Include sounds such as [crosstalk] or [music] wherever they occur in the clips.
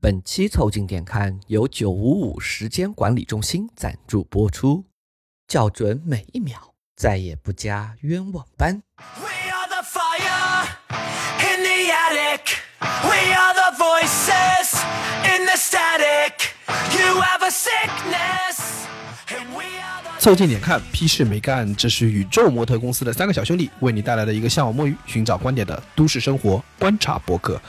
本期《凑近点看》由九五五时间管理中心赞助播出，校准每一秒，再也不加冤枉班。 We are the fire in the attic. We are the voices in the static. You have a sickness, and we are the. 凑近点看，屁事没干。这是宇宙模特公司的三个小兄弟为你带来的一个向往摸鱼、寻找观点的都市生活观察博客。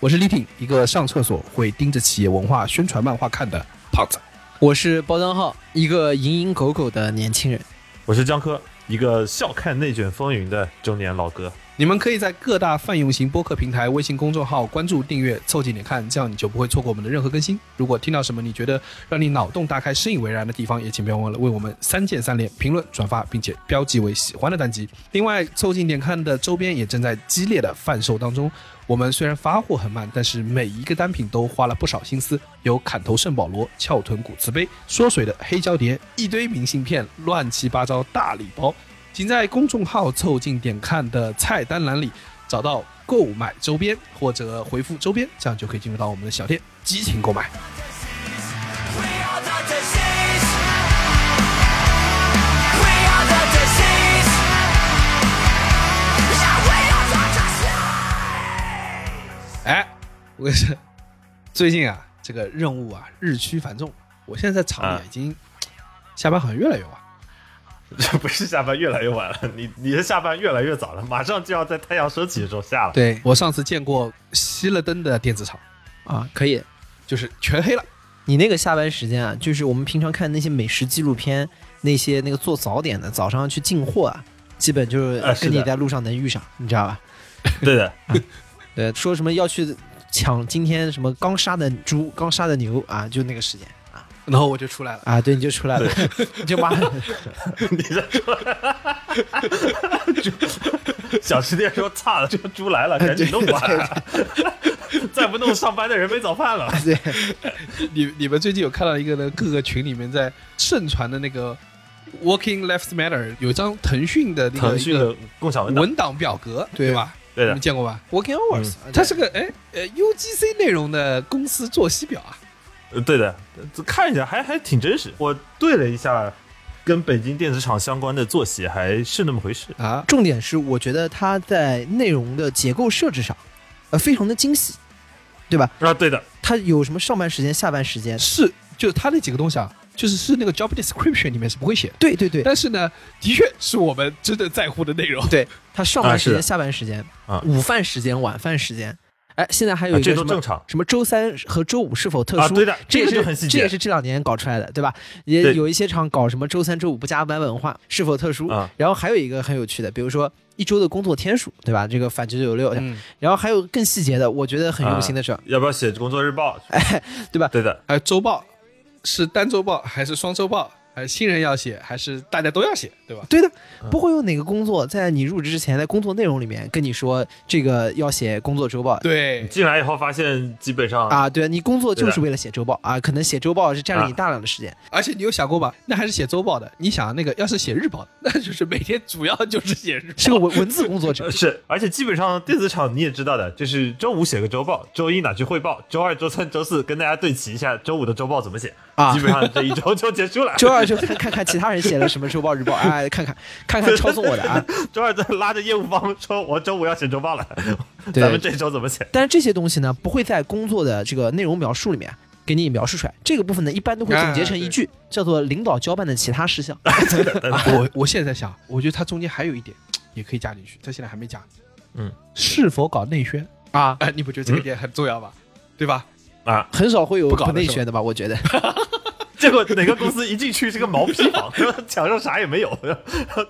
我是李挺，一个上厕所会盯着企业文化宣传漫画看的胖子。我是包张浩，一个蝇营狗苟的年轻人。我是江科，一个笑看内卷风云的中年老哥。你们可以在各大泛用型播客平台、微信公众号关注、订阅、凑近点看，这样你就不会错过我们的任何更新。如果听到什么你觉得呃让你脑洞大开、深以为然的地方，也请别忘了为我们三键三连、评论、转发，并且标记为喜欢的单集。另外，凑近点看的周边也正在激烈的贩售当中。我们虽然发货很慢，但是每一个单品都花了不少心思，有砍头圣保罗、翘臀骨瓷杯、缩水的黑胶碟、一堆明信片、乱七八糟大礼包。请在公众号“凑近点看”的菜单栏里找到“购买周边”或者回复“周边”，这样就可以进入到我们的小店，激情购买。 We are the disease. We are the disease. Yeah, we are the disease. 哎，我跟你说，最近啊，这个任务啊日趋繁重，我现在在厂里啊啊已经下班好像越来越晚。 [laughs] 这不是下班越来越晚了， [laughs] 你你的下班越来越早了，马上就要在太阳升起的时候下了。对我上次见过熄了灯的电子厂，啊，可以。就是全黑了。你那个下班时间啊，就是我们平常看那些美食纪录片，那些那个做早点的，早上去进货啊，基本就是啊是跟的你在路上能遇上，你知道吧？ [laughs] 对的，对，说什么要去抢今天什么刚杀的猪、刚杀的牛啊，就那个时间啊然后我就出来了，啊，对，你就出来了，你就妈的 [laughs] 你这小吃店说：“操了，这个猪 [laughs] 来了，赶紧弄吧！ [laughs] 再不弄，上班的人没早饭了。对， [laughs] 你你们最近有看到一个呢？各个群里面在盛传的那个 “Working Left Matter” 有一张腾讯的”那个 [laughs] 腾讯的共享文档，文档表格，对对吧？对嗯你的们，见过吧？ working hours，啊它是个哎呃 UGC 内容的公司作息表啊。呃对的，这看一下还还挺真实。我对了一下，跟北京电子厂相关的作息还是那么回事。啊，重点是，我觉得它在内容的结构设置上，呃，非常的精细，对吧？啊，对的，它有什么上班时间、下班时间？是就是它那几个东西啊，就是是那个 job description 里面是不会写的，对对对，但是呢，的确是我们真的在乎的内容。对，它上啊班是时间、的下班时间、啊午饭时间、晚饭时间。哎，现在还有啊一个这都什么、正常什么周三和周五是否特殊？啊对的这也这个是就很细节这也是这两年搞出来的，对吧？也对有一些厂搞什么周三、周五不加班文化是否特殊？啊然后还有一个很有趣的，比如说一周的工作天数，对吧？这个反九九六。嗯，然后还有更细节的，我觉得很用心的是，要不要写工作日报？ [laughs] 对吧对的，哎，周报是单周报还是双周报？还是新人要写，还是大家都要写，对吧？对的，不会有哪个工作在你入职之前，在工作内容里面跟你说这个要写工作周报。对，进来以后发现基本上啊，对你工作就对是的为了写周报啊，可能写周报是占了你啊大量的时间。而且你有想过吧？那还是写周报的。你想那个要是写日报的，那就是每天主要就是写日报。是个文文字工作者 [laughs] 呃。是，而且基本上电子厂你也知道的，就是周五写个周报，周一拿去汇报，周二、周三、周四跟大家对齐一下周五的周报怎么写，啊基本上这一周就结束了。 [laughs] 周二就看看看其他人写了什么周报、日报，哎，看看看看抄送我的啊。 [laughs] 周二再拉着业务方说，我周五要写周报了，对咱们这周怎么写？但是这些东西呢，不会在工作的这个内容描述里面给你描述出来。这个部分呢，一般都会总结成一句，叫做“领导交办的其他事项啊我我现在在想，我觉得它中间还有一点也可以加进去，它现在还没加。嗯，是否搞内宣？”啊，哎，你不觉得这个点很重要吗？对吧？啊，很少会有不搞不了内是吧宣的吧？我觉得结果哪个公司一进去是个毛坯房， [laughs] 墙上啥也没有，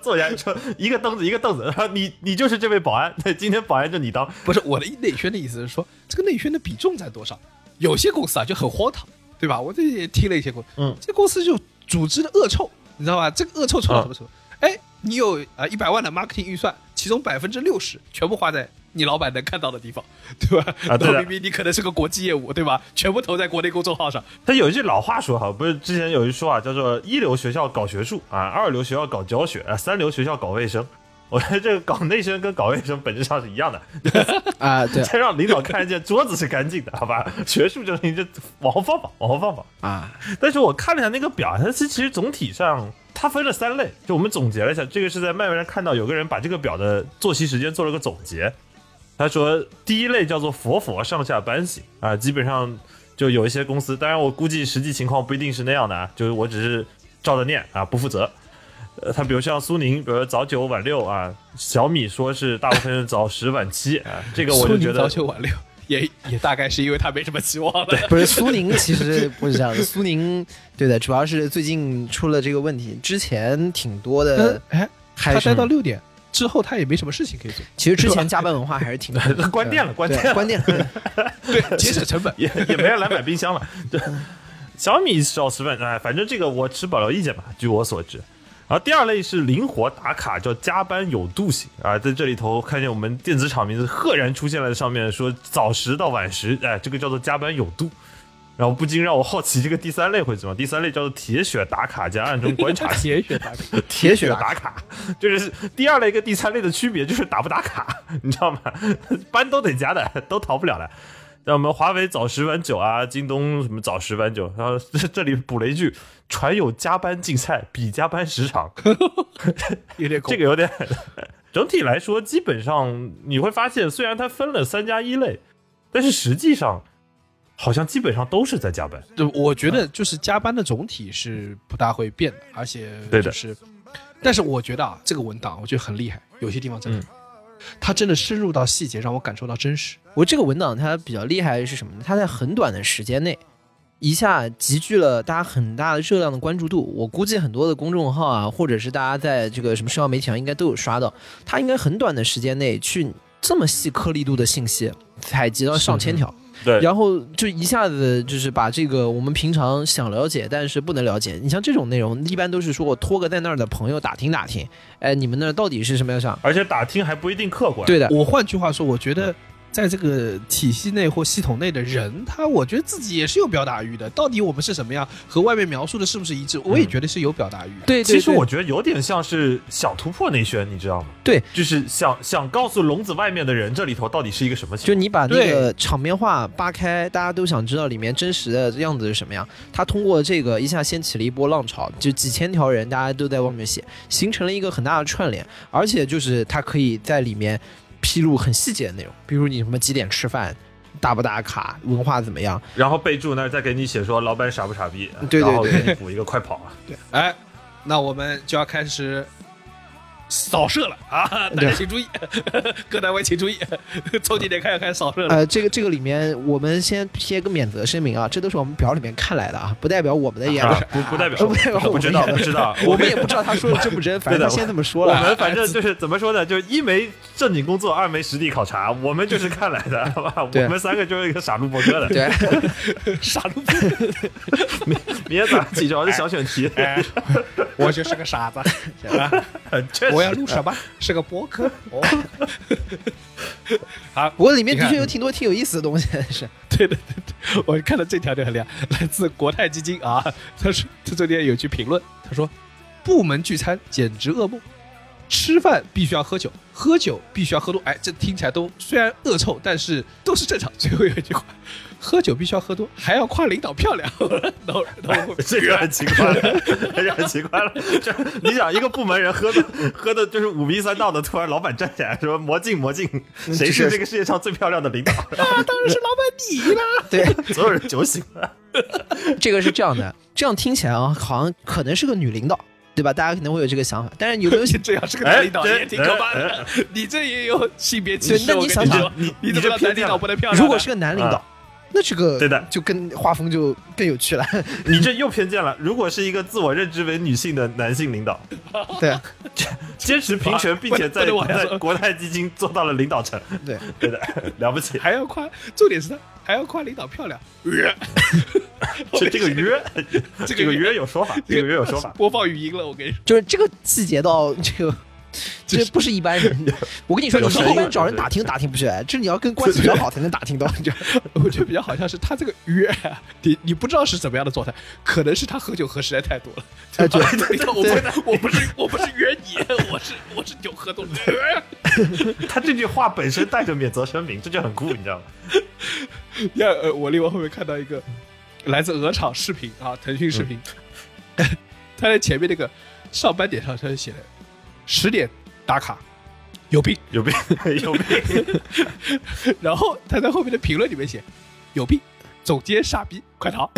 坐下说一个凳子一个凳子，然后你你就是这位保安，对，今天保安就你当，不是我的内宣的意思是说，这个内宣的比重占多少？有些公司啊就很荒唐，对吧？我这也听了一些公司，嗯这公司就组织的恶臭，你知道吧？这个恶臭臭到什么程度？哎、你有啊一百万的 marketing 预算，其中百分之六十全部花在你老板能看到的地方， [laughs] 对吧？啊对的然后明明你可能是个国际业务，对吧？全部投在国内公众号上，他有一句老话说哈，不是之前有一说啊，叫做一流学校搞学术啊，二流学校搞教学啊，三流学校搞卫生。 [laughs] 我觉得这个搞内生跟搞卫生本质上是一样的， [laughs] 啊，对再让领导看得见桌子是干净的，好吧？学术这东西就往后放吧，往后放吧。啊，但是我看了一下那个表，它其实总体上它分了三类。就我们总结了一下，这个是在麦麦上看到有个人把这个表的作息时间做了个总结。他说第一类叫做佛佛上下班型啊，基本上就有一些公司，当然我估计实际情况不一定是那样的啊，就是我只是照着念啊，不负责。呃，他比如像苏宁，比如说早九晚六啊，小米说是大部分是早十晚七啊，这个苏我就觉宁得早九晚六，也也大概是因为他没什么期望了。不是苏宁，其实不是这样的。苏宁对的，主要是最近出了这个问题，之前挺多的嗯，哎，还他是待到六点之后，他也没什么事情可以做，其实之前加班文化还是挺关店了关对店了 [laughs] 关店了，对，节省成本。也也没人来买冰箱了。对，小米少十万，哎，反正这个我持保留意见吧。据我所知，然后第二类是灵活打卡，叫加班有度型啊，在这里头看见我们电子厂名字赫然出现了上面说早十到晚十，哎，这个叫做加班有度。然后不禁让我好奇，这个第三类会怎么样？第三类叫做铁血打卡加暗中观察型，铁血打卡， [laughs] 铁血打卡，就是第二类跟第三类的区别就是打不打卡，你知道吗？班都得加的，都逃不了的。那我们华为早十晚九啊，京东什么早十晚九，然后这这里补了一句，传有加班竞赛比加班时长，有点恐这个有点。 [laughs] 整体来说，基本上你会发现，虽然它分了三加一类，但是实际上好像基本上都是在加班。对，我觉得就是加班的总体是不大会变的，而且对的就是，但是我觉得啊，这个文档我觉得很厉害，有些地方真的，嗯它真的深入到细节，让我感受到真实。我这个文档它比较厉害的是什么呢？它在很短的时间内，一下集聚了大家很大的热量的关注度。我估计很多的公众号啊，或者是大家在这个什么社交媒体上应该都有刷到，它应该很短的时间内去这么细颗粒度的信息采集到上千条。嗯对然后就一下子就是把这个我们平常想了解但是不能了解，你像这种内容，一般都是说我托个在那儿的朋友打听打听，哎，你们那儿到底是什么样想？而且打听还不一定客观。对的，我换句话说，我觉嗯得在这个体系内或系统内的人，他我觉得自己也是有表达欲的。到底我们是什么样，和外面描述的是不是一致？我嗯也觉得是有表达欲的。对对对，其实我觉得有点像是想突破内宣，你知道吗？对，就是想想告诉笼子外面的人，这里头到底是一个什么就情况。你把那对个场面话扒开，大家都想知道里面真实的样子是什么样。他通过这个一下掀起了一波浪潮，就几千条人大家都在往里面写，形成了一个很大的串联，而且就是他可以在里面披露很细节的内容，比如你什么几点吃饭。打不打卡，文化怎么样？然后备注那儿再给你写说老板傻不傻逼，对对然后对给你补一个快跑啊。对，哎，那我们就要开始扫射了啊！大家对请注意， [laughs] 各单位请注意， [laughs] 从今天开始开始扫嗯射了。呃，这个这个里面，我们先贴个免责声明啊，这都是我们表里面看来的啊，不代表我们的言论，啊 [laughs] 不不代表 [laughs] 呃不代表我不们知道的不知道， [laughs] 我们也不知道他说的真不 [laughs] 真，反正他对的先这么说我了。们反正就是怎么说呢，就是一没正经工作，二没实地考察，我们就是看来的， [laughs] 好吧？对我们三个就是一个傻录播客的。对，傻 [laughs] 路，明明天早上起床是小选题，哎 [laughs] 我就是个傻子，确实我要录什 [laughs] 么？是个播客。哦，好，不过里面你的看确有挺多挺有意思的东西，是。 [laughs] 对对对对，我看到这条就很厉害，来自国泰基金啊，他说他昨天有句评论，他说部门聚餐简直噩梦，吃饭必须要喝酒，喝酒必须要喝多，哎，这听起来都虽然恶臭，但是都是正常。 [laughs] 最后有一句话，喝酒必须要喝多，还要夸领导漂亮， [laughs] 然后然后这个很奇怪了， [laughs] 这个很奇怪了。就是你想，一个部门人喝的 [laughs] 喝的就是五迷三道的，突然老板站起来说：“魔镜，魔镜，嗯谁是这个世界上最漂亮的领导？” [laughs] 然后当然是老板你啦。对，所有人酒醒了。这个是这样的，这样听起来啊，好像可能是个女领导，对吧？大家可能会有这个想法，但是有没有？你这样是个男领导哎也挺可怕的， [laughs] 你这也有性别歧视。对那我你跟想说想你你你怎这么让偏男见领导了不能漂亮呢？ [laughs] 如果是个男领导啊，那这个对的就跟画风就更有趣了。你这又偏见了。如果是一个自我认知为女性的男性领导，对坚持平权，并且在不能往下在说国泰基金做到了领导层，对，对的，了不 [laughs] 起。还要夸，重点是他还要夸领导漂亮。这这个约，这个 [laughs] 这个约有说法，这个约有说法。播放语音了，我跟你说，就是这个细节到这个这不是一般人的。我跟你说，这你个去是后一面般找人人打听打听不出来，这你要跟关系比较好才能打听到。你知道吗 [laughs] 我觉得比较好像是他这个约啊，你你不知道是怎么样的状态，可能是他喝酒喝实在太多了。[laughs] 哎吧对对我不我不是我不是约 [laughs] 你，我是我是酒喝 [laughs] 多了。他这句话本身带着免责声明，这就很酷，你知道吗？要呃，我另外后面看到一个来自鹅厂视频啊，腾讯视频，嗯 [laughs] 他在前面那个上班点上，他就写了十点打卡，有病。 [laughs] 有病， [laughs] 有病！然后他在后面的评论里面写有病，总监傻逼，快逃。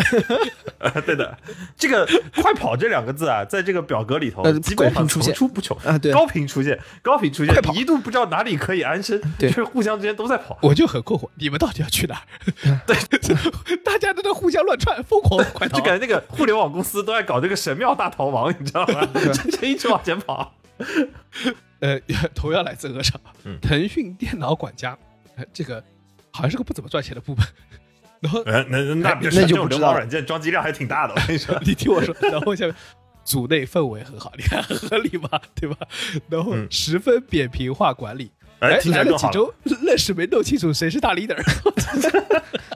啊对的，这个“快跑”这两个字啊，在这个表格里头呃基本高频上出层现出不穷 [laughs] 啊对高频出现，高频出现快跑，一度不知道哪里可以安身，对就是互相之间都在跑。我就很困惑，你们到底要去哪嗯儿？对， [laughs] 大家都在互相乱窜，疯 [laughs] 狂快逃就。感觉那个互联网公司都在搞这个神庙大逃亡，你知道 [laughs] 吗？就就一直往前跑。呃， [laughs] 同样来自鹅厂，嗯腾讯电脑管家，呃这个好像是个不怎么赚钱的部门。 [laughs] 然后嗯，那那哎。别那说就这不种知流道氓了软件装机量还挺大的，我跟你说你听我说， [laughs] 然后下面组内氛围很好，你看很合理吧，对吧？ [laughs] 然后嗯十分扁平化管理，哎哎，听起来了来更几好周，愣是没弄清楚谁是大 leader。 [laughs]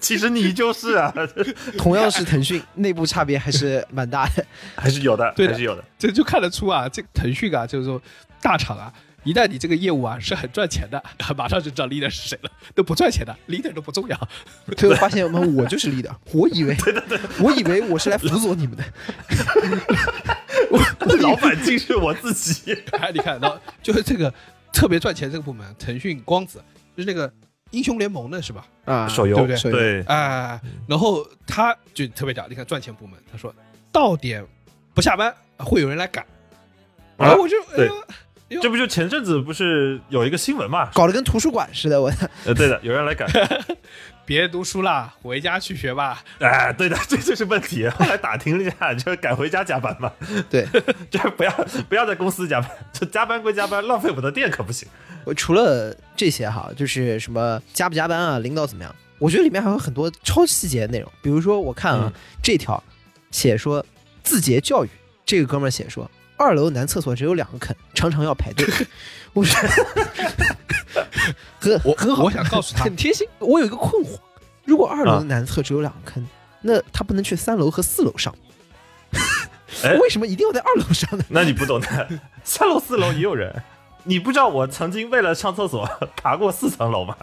其实你就是啊，同样是腾讯，内部差别还是蛮大的。还是有的，对的还是有的。这就看得出啊，这个腾讯啊，就是说大厂啊，一旦你这个业务啊是很赚钱的， [laughs] 马上就知道 leader 是谁了。那不赚钱的 leader 都不重要。 [laughs] 最后发现，我我就是 leader，我以为，我以为我是来辅佐你们的。 [laughs] 老板竟是我自己，哎，你看，然后就是这个特别赚钱这个部门，腾讯光子就是那个英雄联盟的是吧？啊， [laughs] 手游对不对？手游对，啊、然后他就特别屌，你看赚钱部门，他说到点不下班会有人来赶，然后我就、哎啊对呦哎呦这不就前阵子不是有一个新闻嘛？搞得跟图书馆似的，我呃，对 [laughs] 的，有人来赶，别读书啦，回家去学吧。哎，对的，这就是问题。后来打听了一下，就是赶回家加班嘛，对， [laughs] 就是不要不要在公司加班，这加班归加班，浪费我的电可不行。我除了这些哈，就是什么加不加班啊，领导怎么样，我觉得里面还有很多超细节的内容。比如说，我看啊、嗯这条写说字节教育，这个哥们儿写说二楼男厕所只有两个坑，常常要排 [laughs] 队。我说很我很好，我想告诉他很贴心。我有一个困惑，如果二楼啊的男厕只有两个坑，那他不能去三楼和四楼上哎为什么一定要在二楼上呢？ [laughs] [laughs] 那你不懂的，三楼四楼也有人。你不知道我曾经为了上厕所 [laughs] 爬过四层楼吗？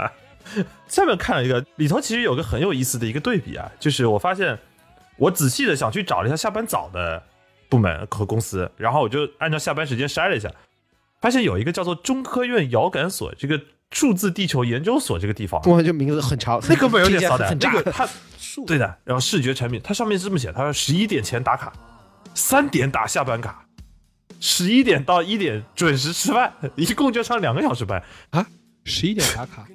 [laughs] 下面看了一个，里头其实有个很有意思的一个对比啊，就是我发现我仔细的想去找了一下下班早的部门和公司，然后我就按照下班时间筛了一下，发现有一个叫做中科院遥感所这个数字地球研究所这个地方，啊我这名字很长， [laughs] 那哥们儿有听点起来骚的很，那炸。个他对的，然后视觉产品，它上面是这么写，他说十一点前打卡，三点打下班卡，十一点到一点准时吃饭， [laughs] 一共就上两个小时班，啊， [laughs] 十一点打卡，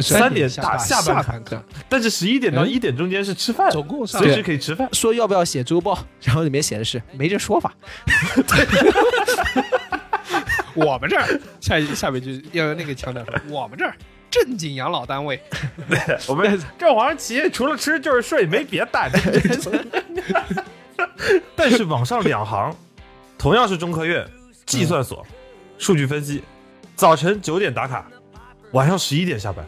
三点点打下下班卡班卡，但是十一点到嗯一点中间是吃饭，总共上随时可以吃饭，说要不要写周报， [laughs] 然后里面写的是没这说法。我们这儿 [laughs] 下一下面就要用那个腔调 [laughs] 说，我们这儿正经养老单位，我们这皇上企业除了吃就是睡，没别的。 [laughs] 但是往上两行，同样是中科院计算所、数据分析，早晨九点打卡，晚上十一点下班，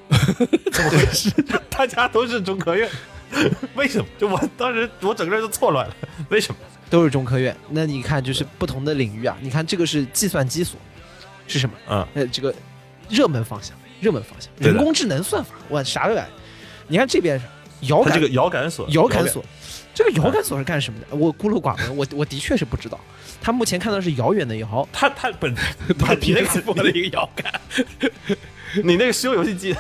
怎么回事？大家都是中科院，为什么？就我当时我整个人就错乱了，为什么？都是中科院。那你看，就是不同的领域啊。你看，这个是计算机所，是什么？嗯，呃，这个热门方向，热门方向，对的人工智能算法，我啥都来。你看这边是遥他感这个遥感所，遥感所，这个遥感所是干什么的？我孤陋寡闻，我我的确是不知道。他目前看到是遥远的遥，他他本把你那 PS 播了个一个遥感， [laughs] 你那个是用游戏机，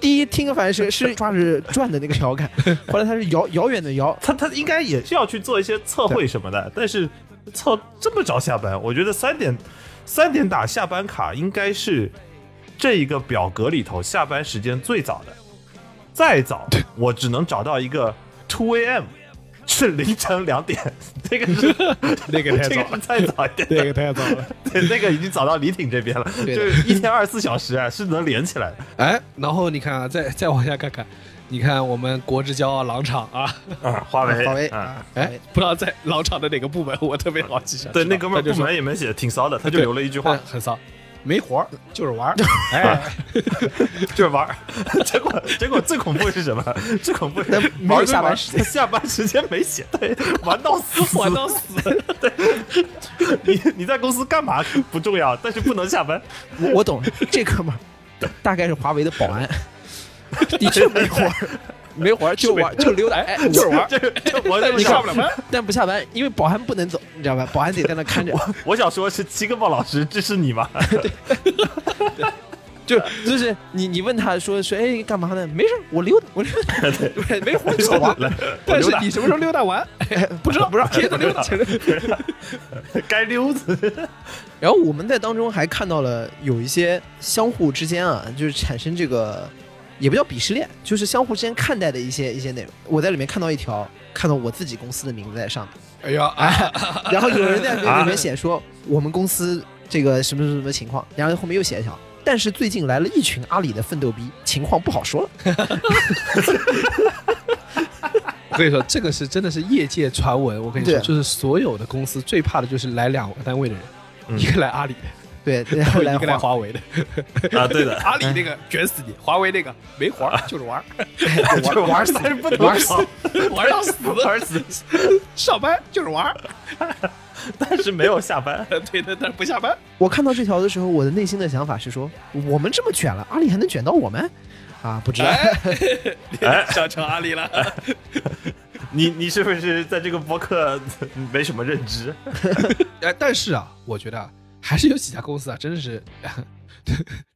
第一听反正是是抓着转的那个 [laughs] 遥感，后来他是遥遥远的遥，他他应该也是要去做一些测绘什么的，但是操这么早下班，我觉得三点三点打下班卡应该是这一个表格里头下班时间最早的，再早我只能找到一个 two a.m. 是凌晨两点，这个是那个太早这个了是再早一点的，那个太早 [laughs] 了。对那个已经早到李挺这边了，就对的是一天二十四小时啊是能连起来的，哎，然后你看啊，再再往下看看，你看我们国之骄傲狼场啊， [laughs] 啊，华为，华为啊，啊，哎，不知道在狼场的哪个部门，我特别好奇想知道。对，那哥们儿他就部说门也没写，挺骚的，他就留了一句话哎，很骚，没活儿就是玩 [laughs] 儿，哎，就是玩儿。 [laughs] 结果结果最恐怖的是什么？ [laughs] 最恐怖是那没有玩儿下班时时间， [laughs] 下班时间没写，对，玩到死，玩到死。你你在公司干嘛不重要，但是不能 [laughs] 下班。我我懂了，这哥们儿大概是华为的保安，的确没活儿，没活儿就玩就溜达，哎，就是玩儿。这这我但是我上不了班，但不下班，因为保安不能走，你知道吧？保安得在那看着。我想说，是七个豹老师支持你 [laughs] 吗？就就是你你问他说说哎干嘛呢？没事儿，我溜达我溜达，对，没活儿就玩儿。但是溜达你什么时候溜达完？哎不知道， [laughs] 不知道，天天溜达。该溜子。然后我们在当中还看到了有一些相互之间啊，就是产生这个也不叫鄙视链，就是相互之间看待的一些一些内容。我在里面看到一条，看到我自己公司的名字在上面，哎呀，哎，然后有人在里面写说我们公司这个什么什么什么情况，然后后面又写一条。但是最近来了一群阿里的奋斗逼，情况不好说了。我跟你说，这个是真的是业界传闻。我跟你说，对就是所有的公司最怕的就是来两个单位的人，嗯一个来 [laughs] 阿里的，对，然后来一个来黄华为的。 [laughs] 啊，对的，啊阿里那个卷死你，华为那个没活儿就是玩儿， [laughs] [laughs] 就是玩儿，但是不能玩死玩到死，玩死，上班就是玩 [laughs] 儿，但是没有下班。对的，但是不下班。我看到这条的时候，我的内心的想法是说，我们这么卷了，阿里还能卷到我们？啊，不知道。哎，想成阿里了，你你是不是在这个播客没什么认知？哎，但是啊，我觉得啊，还是有几家公司啊，真的是 [laughs]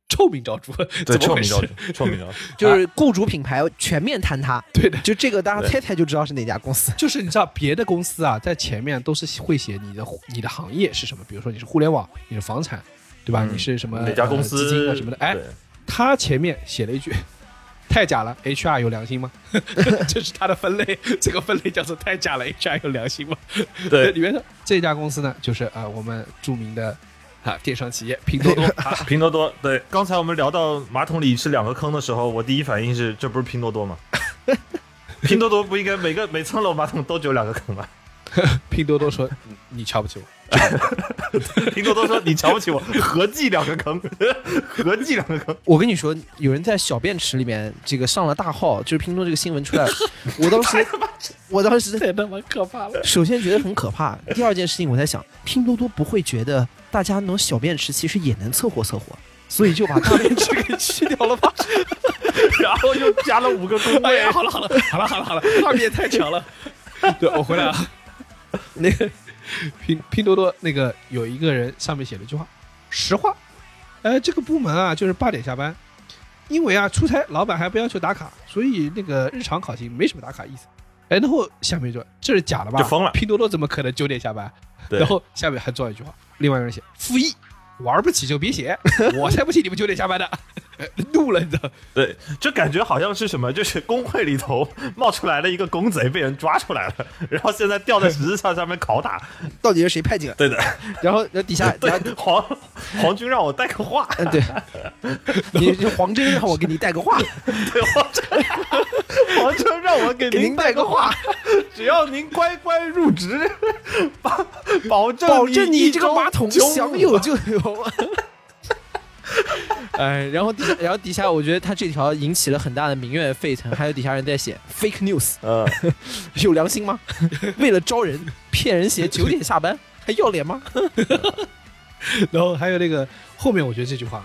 臭名昭著，怎么回事？著，臭名昭著。就是雇主品牌全面坍塌。对的就这个大家猜猜就知道是哪家公司。就是你知道，别的公司啊，在前面都是会写你的你的行业是什么，比如说你是互联网，你是房产，对吧？嗯你是什么哪家公呃司基金啊什么的？哎，对他前面写了一句。 [laughs] 太假了，HR 有良心吗？ [laughs] 这是他的分类， [laughs] 这个分类叫做太假了，HR 有良心 [laughs] 吗？对里面的这家公司呢，就是啊、呃我们著名的啊电商企业拼多 [laughs] 多啊， [laughs] 拼多多，对，刚才我们聊到马桶里是两个坑的时候，我第一反应是这不是拼多多 [laughs] 吗？拼多多不应该每个每层楼马桶都只有两个坑吗？拼多多说你你瞧不起我， [laughs] 拼多多说你瞧不起我，合计两个坑， [laughs] 合计两个坑，我跟你说，有人在小便池里面这个上了大号，就是拼多多这个新闻 [laughs] 出来了。我当时，我当时太他妈可怕了。首先觉得很可怕，第二件事情我在想，拼多多不会觉得大家能小便池其实也能凑合凑合，所以就把大 [laughs] 便池给去掉了吧？然后又加了五个工 [laughs] 哎位呀，。好了好了好了好了好了， [laughs] 画面太强了。对，我回来啊。 [laughs] 那个拼拼多多那个有一个人上面写了一句话，实话，呃，这个部门啊就是八点下班，因为啊出差老板还不要求打卡，所以那个日常考勤没什么打卡意思。哎，然后下面就这是假的吧？就疯了拼多多怎么可能九点下班？对然后下面还装一句话，另外一个人写负一，玩不起就别 [laughs] 写，我才不信你们九点下班的，哎 [laughs] 怒了你知道。对，这感觉好像是什么，就是工会里头冒出来了一个公贼被人抓出来了，然后现在吊在十字架上面拷打。到底是谁派进来？对的，然后然后底下，对然后，黄黄军让我带个话，嗯对， [laughs] 你就黄真让我给你带个话，对黄军， [laughs] 黄军让我给给您您带个话。只要您乖乖入职，保保证保证你这个马桶享想有。有就有。 [laughs] 哎，然后底下，然后底下，我觉得他这条引起了很大的民怨沸腾，还有底下人在 [laughs] 写 fake news，嗯，有良心 [laughs] 吗？为了招人骗人写九点下班，还要脸吗？然后还有那个后面，我觉得这句话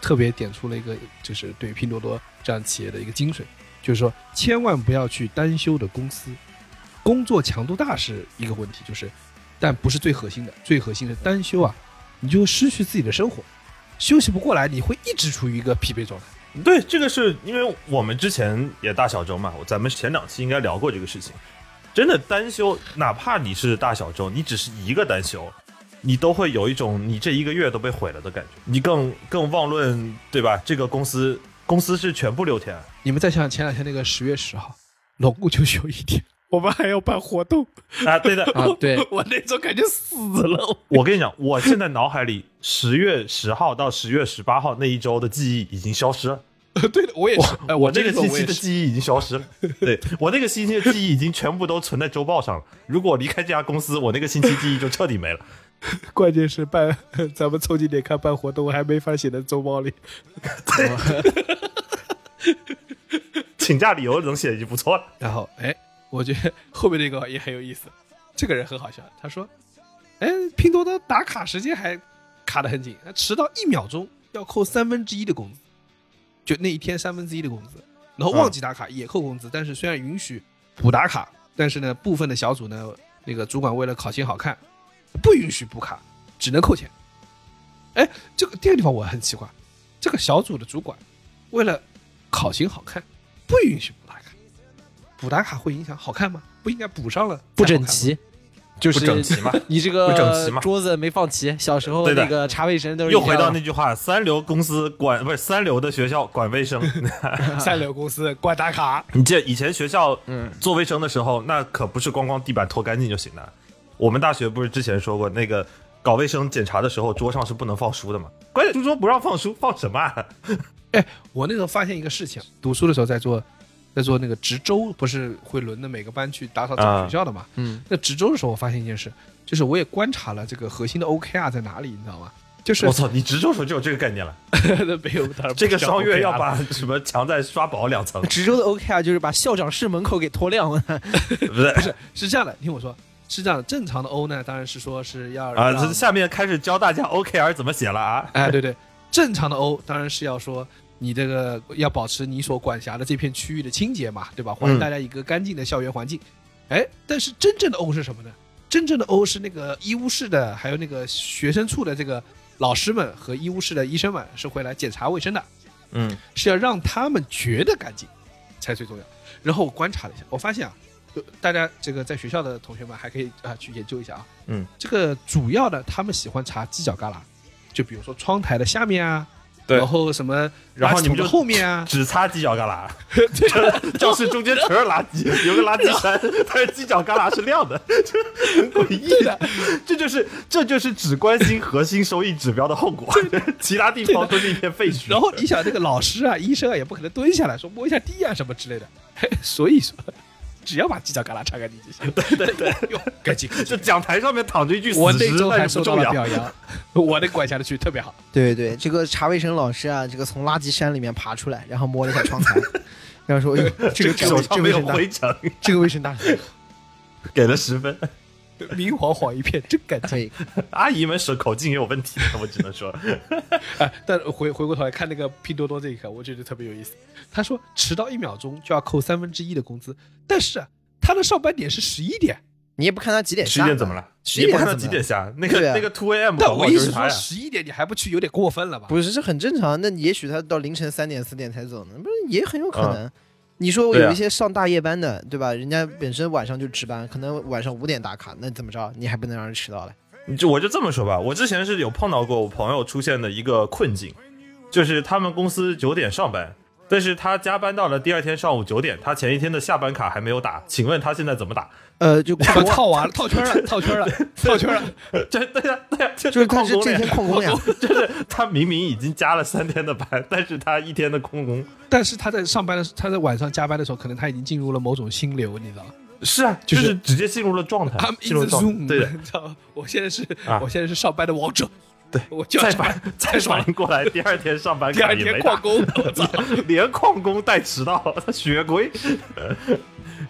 特别点出了一个，就是对拼多多这样企业的一个精髓，就是说千万不要去单休的公司，工作强度大是一个问题，就是，但不是最核心的，最核心的单休啊，你就失去自己的生活，休息不过来，你会一直处于一个疲惫状态。对，这个是因为我们之前也大小周嘛，我咱们前两期应该聊过这个事情。真的单休，哪怕你是大小周，你只是一个单休，你都会有一种你这一个月都被毁了的感觉。你更更妄论对吧？这个公司公司是全部六天，你们再想想前两天那个十月十号，龙姑就休一天， [laughs] 我们还要办活动， [laughs] 啊，对的啊，对，我那时候感觉死了。我跟你讲，我现在脑海里十月十号到十月十八号那一周的记忆已经消失了。 [laughs] 对的，我也是，哎，我我这个个星我期也的是记忆已经消失了，对我那个星期的记忆已经全部都存在周报上了。如果我离开这家公司，我那个星期记忆就彻底没了。 [laughs] 关键是办咱们凑近点看办活动还没法写在周报里，请假理由能写已经不错了。然后，哎，我觉得后面这个也很有意思，这个人很好笑。他说：“哎，拼多多打卡时间还卡得很紧，迟到一秒钟要扣三分之一的工资，就那一天三分之一的工资。然后忘记打卡也扣工资，但是虽然允许补打卡，但是呢，部分的小组呢，那个主管为了考勤好看，不允许补卡，只能扣钱。哎，这个这个地方我很奇怪，这个小组的主管为了考勤好看，不允许补打卡。”补打卡会影响好看吗？不应该补上了，不整齐，就不是整齐嘛你这个不整齐嘛桌子没放齐，小时候对的那个茶卫生都是又一回样到的那句话，三流公司管不是三流的学校管卫生。 [laughs] 三流公司管打卡。你记得以前学校做卫生的时候，那可不是光光地板拖干净就行了。我们大学不是之前说过，那个搞卫生检查的时候，桌上是不能放书的嘛？关键书桌不让放书，放什么、啊？哎，我那时候发现一个事情，读书的时候在做，在做那个值周，不是会轮着每个班去打扫整个啊学校的嘛？嗯，，那值周的时候，我发现一件事，就是我也观察了这个核心的 OKR、在哪里，你知道吗？就是我操！你直中手就有这个概念了。没有，当然不这个是商月 OKR 要啊了把什么墙再刷薄两层直州的 OK 啊，就是把校长室门口给拖亮了。对不对？是这样的，听我说，是这样的，正常的 O 呢，当然是说是要啊，让这下面开始教大家 OKR 怎么写了啊。哎，对对，正常的 O 当然是要说你这个要保持你所管辖的这片区域的清洁嘛，对吧？还嗯大家一个干净的校园环境。哎，但是真正的 O 是什么呢？真正的 O 是那个医务室的，还有那个学生处的这个老师们和医务室的医生们是会来检查卫生的，嗯，是要让他们觉得干净才最重要。然后我观察了一下，我发现啊，就大家这个在学校的同学们还可以啊、去研究一下啊，嗯，这个主要的他们喜欢查犄角旮旯，就比如说窗台的下面啊，对然后什么然垃后圾你桶们就的后面 [laughs] 啊，只擦犄角旮 [laughs] 旯，这教室中间全是垃圾，有个垃圾啊山，但是犄角旮旯是亮 [laughs] 的，这很诡异啊的。 [laughs] 这就是这就是只关心核心收益指标的后果， [laughs] 其他地方都是一片废墟。啊然后你想这个老师啊、医生啊，也不可能蹲下来说摸一下地啊什么之类的， [laughs] 嘿所以说只要把犄角旮旯擦干净就行。对对对，哟，干净。这讲台上面躺着一具 [laughs] 死我那尸，周那还也受不到重了要表。扬，我那管辖的区特别好。对对对，这个查卫生老师啊，这个从垃圾山里面爬出来，然后摸了一下窗台， [laughs] 然后说：“哎呦，这个这手个上这没卫有生大，灰尘，这个卫生大学给了十分。 [laughs] 明晃晃一片，真干净。可以。阿姨们手口径也有问题，我只 [laughs] 能说，哎，但回回过头来看那个拼多多这一刻，我觉得特别有意思。他说迟到一秒钟就要扣三分之一的工资，但是啊，他的上班点是十一点，你也不看他几点下十一呢？点怎么了？十你一点不看到怎么几了点下？那对个啊那个 two a.m. 但搞不我好意就是思他说呀。十一点你还不去，有点过分了吧？不是，这很正常。那也许他到凌晨三点四点才走呢，不是也很有可能。你说嗯对啊有一些上大夜班的，对吧？人家本身晚上就值班，可能晚上五点打卡，那怎么着？你还不能让人迟到嘞？你就我就这么说吧，我之前是有碰到过我朋友出现的一个困境，就是他们公司九点上班，但是他加班到了第二天上午九点，他前一天的下班卡还没有打，请问他现在怎么打？ [laughs] 呃，就旷工，套完了，套圈了，套圈了，套圈了。这对呀、对呀、就就是他旷是工这了天呀，旷工呀。就是他明明已经加了三天的班，但是他一天的旷工。但是他在上班的时，他在晚上加班的时候，可能他已经进入了某种心流，你知道吗是啊，就就是是直接进入了状态？I'm，进 in 入 the 状态 zoom，对的。你知道吗？我现在是，啊我现在是上班的王者，对我 [laughs] 就要再上反班，再反应过来，第二天上 [laughs] 班第卡二也天没打旷，工，我操！ [laughs] 连旷工带迟到， [laughs] 他学规。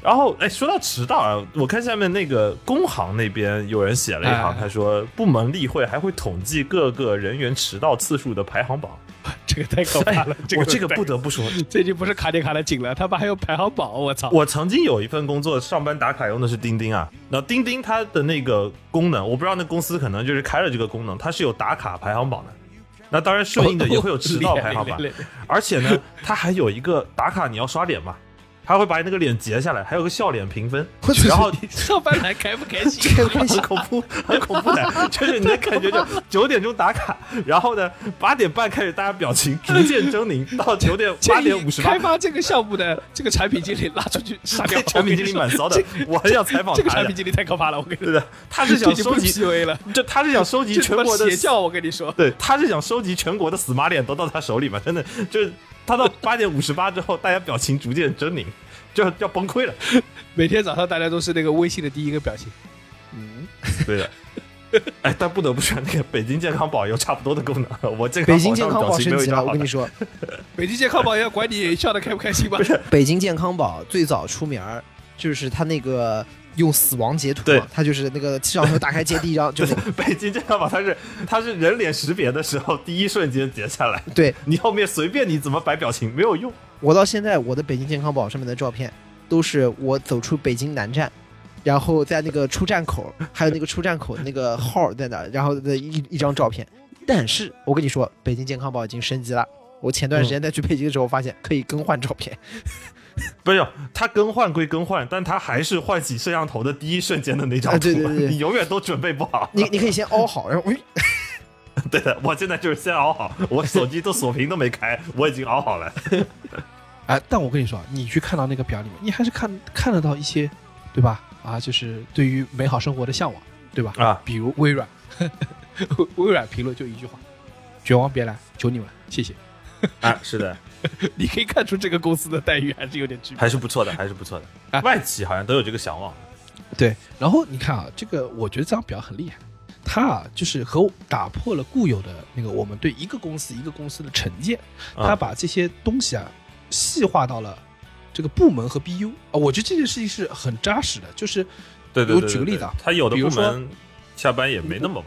然后，哎，说到迟到啊，我看下面那个工行那边有人写了一行哎，他说部门例会还会统计各个人员迟到次数的排行榜。这个太可怕哎了，，我这 [laughs] 这个不得不说，这已经不是卡点卡的紧了，他们还有排行榜，我操！我曾经有一份工作，上班打卡用的是钉钉啊。然后钉钉它的那个功能，我不知道那公司可能就是开了这个功能，它是有打卡排行榜的。那当然顺应的也会有迟到排行榜厉害厉害厉，而且 [laughs] 呢，它还有一个打卡你要刷脸嘛，它会把你那个脸截下来，还有个笑脸评分，然后。上班来开不开 [laughs] 心？很恐怖，很恐怖的，就是你的感 [laughs] 觉就九点钟打卡，然后呢八点半开始大家表情逐渐狰 [laughs] 狞，到九点八点五十八开发这个项目的这个产品经理拉出去杀掉这，产品经理蛮骚 [laughs] 的，我很想采访这个他产的品。经理太可怕了，我跟你对说，的，他是想这已经收不集是 PUA 了，这他是想收集这全他妈国的 [laughs] 邪，教，我跟你说，对，他是想收集全国的 smart 脸都到他手里嘛，真的就是。他到八点五十八之后，大家表情逐渐狰狞，就要崩溃了。每天早上大家都是那个微信的第一个表情。对 [laughs] 的。哎，但不得不说，那个北京健康宝有差不多的功能。我健康北京健康宝宝上的升表情没有一级了，张我好跟的你说，北京健康宝要管你笑得开不开 [laughs] 心吧？北京健康宝最早出名儿就是他那个用死亡截图对嘛，他就是那个摄像头打开截第一张，就是北京健康宝，它是它是人脸识别的时候第一瞬间截下来，对你后面随便你怎么摆表情没有用。我到现在我的北京健康宝上面的照片都是我走出北京南站。然后在那个出站口，还有那个出站口那个号儿在哪儿，然后的一一张照片。但是我跟你说，北京健康宝已经升级了。我前段时间在去北京的时候，发现可以更换照片。不是，它更换归更换，但它还是唤起摄像头的第一瞬间的那张图，啊对对对对你永远都准备不好。你你可以先凹好，然后、哎、 [laughs] 对的，我现在就是先熬好，我手机都锁屏都没开，我已经熬好了。哎，但我跟你说，啊，你去看到那个表里面，你还是看看得到一些，对吧？啊，就是对于美好生活的向往，对吧？啊，比如微软， [laughs] 微软评论就一句话：“绝望别来，求你们了，谢 [laughs] 谢。啊， [laughs] 是的，”你可以看出这个公司的待遇还是有点区别。还是不错的，还是不错的。啊外企好像都有这个向往。对，然后你看啊，这个我觉得这张表很厉害，它啊就是和打破了固有的那个我们对一个公司一个公司的成见，啊它把这些东西啊细化到了这个部门和 BU 啊，我觉得这件事情是很扎实的，就是对对对我举个例子啊他有的比部如说门下班也没那么晚。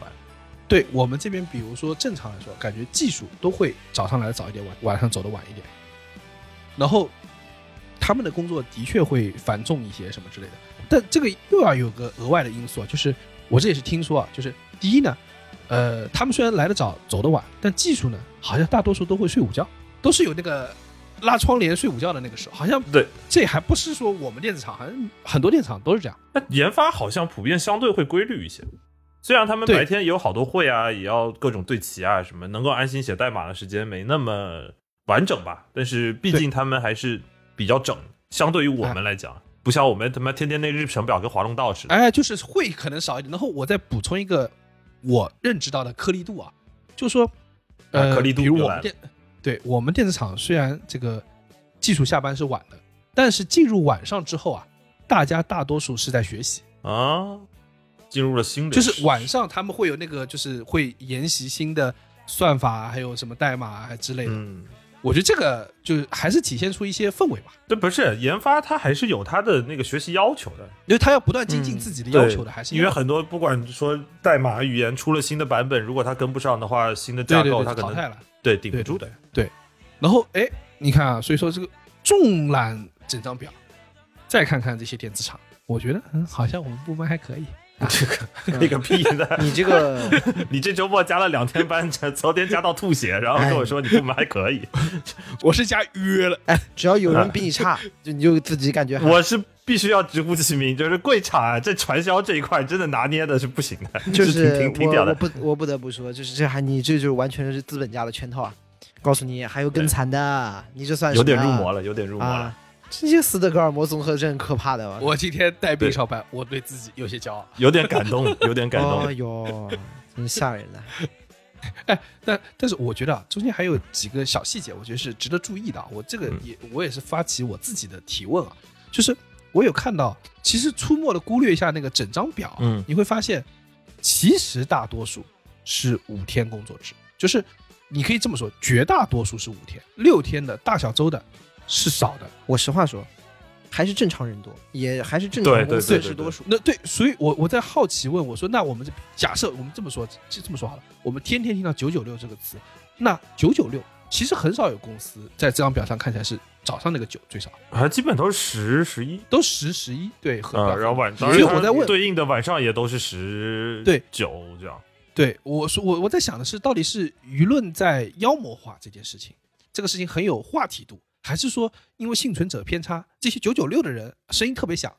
对我们这边，比如说正常来说，感觉技术都会早上来的早一点，晚晚上走的晚一点。然后他们的工作的确会繁重一些什么之类的，但这个又要有个额外的因素啊，就是我这也是听说啊，就是第一呢，呃，他们虽然来的早走的晚，但技术呢好像大多数都会睡午觉，都是有那个拉窗帘睡午觉的那个时候，好像对，这还不是说我们电子厂，好像很多电子厂都是这样。那研发好像普遍相对会规律一些，虽然他们对白天也有好多会啊，也要各种对齐啊什么，能够安心写代码的时间没那么完整吧，但是毕竟他们还是比较整，相对于我们来讲，不像我们他妈天天那日程表跟划龙道似的。哎，就是会可能少一点。然后我再补充一个我认知到的颗粒度啊，就说，呃，啊颗粒度比如又我来们了电，对我们电子厂虽然这个技术下班是晚的，但是进入晚上之后啊，大家大多数是在学习，啊，进入了新的哎就时代，是晚上他们会有那个就是会研习新的算法，还有什么代码啊之类的。嗯。我觉得这个就是还是体现出一些氛围吧，这不是研发，它还是有它的那个学习要求的，因为他要不断精进自己的要嗯对求的，还是因为要很多不管说代码语言出了新的版本，如果它跟不上的话，新的对架对构对它可淘汰能了。对顶不对住的。对，然后哎，你看啊，所以说这个纵览整张表，再看看这些电子厂，我觉得嗯，好像我们部门还可以。 [laughs] 那个屁的！你这个 [laughs] 你这周末加了两天班，这昨天加到吐血，然后跟我说你部门 [laughs] 还可以，我是加约了，哎，只要有人比你差，就你就自己感觉还我是必须要直呼其名，就是贵厂啊，这传销这一块真的拿捏的是不行的， [laughs] 就是是挺挺挺屌我我的。不我不得不说，就是这还你这就是完全是资本家的圈套啊！告诉你，还有更惨的，你这算有点入魔了，了，有点入魔了。啊！这些斯德哥尔摩综合症可怕的吧？我今天带病上班，我对自己有些骄傲。有点感动， [laughs] 有点感动哦。哟，真吓人了！但但是我觉得啊，中间还有几个小细节，我觉得是值得注意的啊。我这个也我也是发起我自己的提问啊，就是我有看到，其实粗末的估略一下那个整张表，啊嗯你会发现，其实大多数是五天工作制，就是你可以这么说，绝大多数是五天，六天的大小周的是少的。我实话说，还是正常人多，也还是正对常对公对司对是对多数。那对，所以我我在好奇问我说，那我们这假设我们这么说，这这么说好了，我们天天听到九九六这个词，那九九六其实很少有公司在这张表上看起来是早上那个九最少，还基本都是十十一，都十十一对，很嗯，然后晚，所以我在问，对应的晚上也都是十对九这样。对我说我我在想的是，到底是舆论在妖魔化这件事情，这个事情很有话题度，还是说因为幸存者偏差，这些九九六的人声音特别响，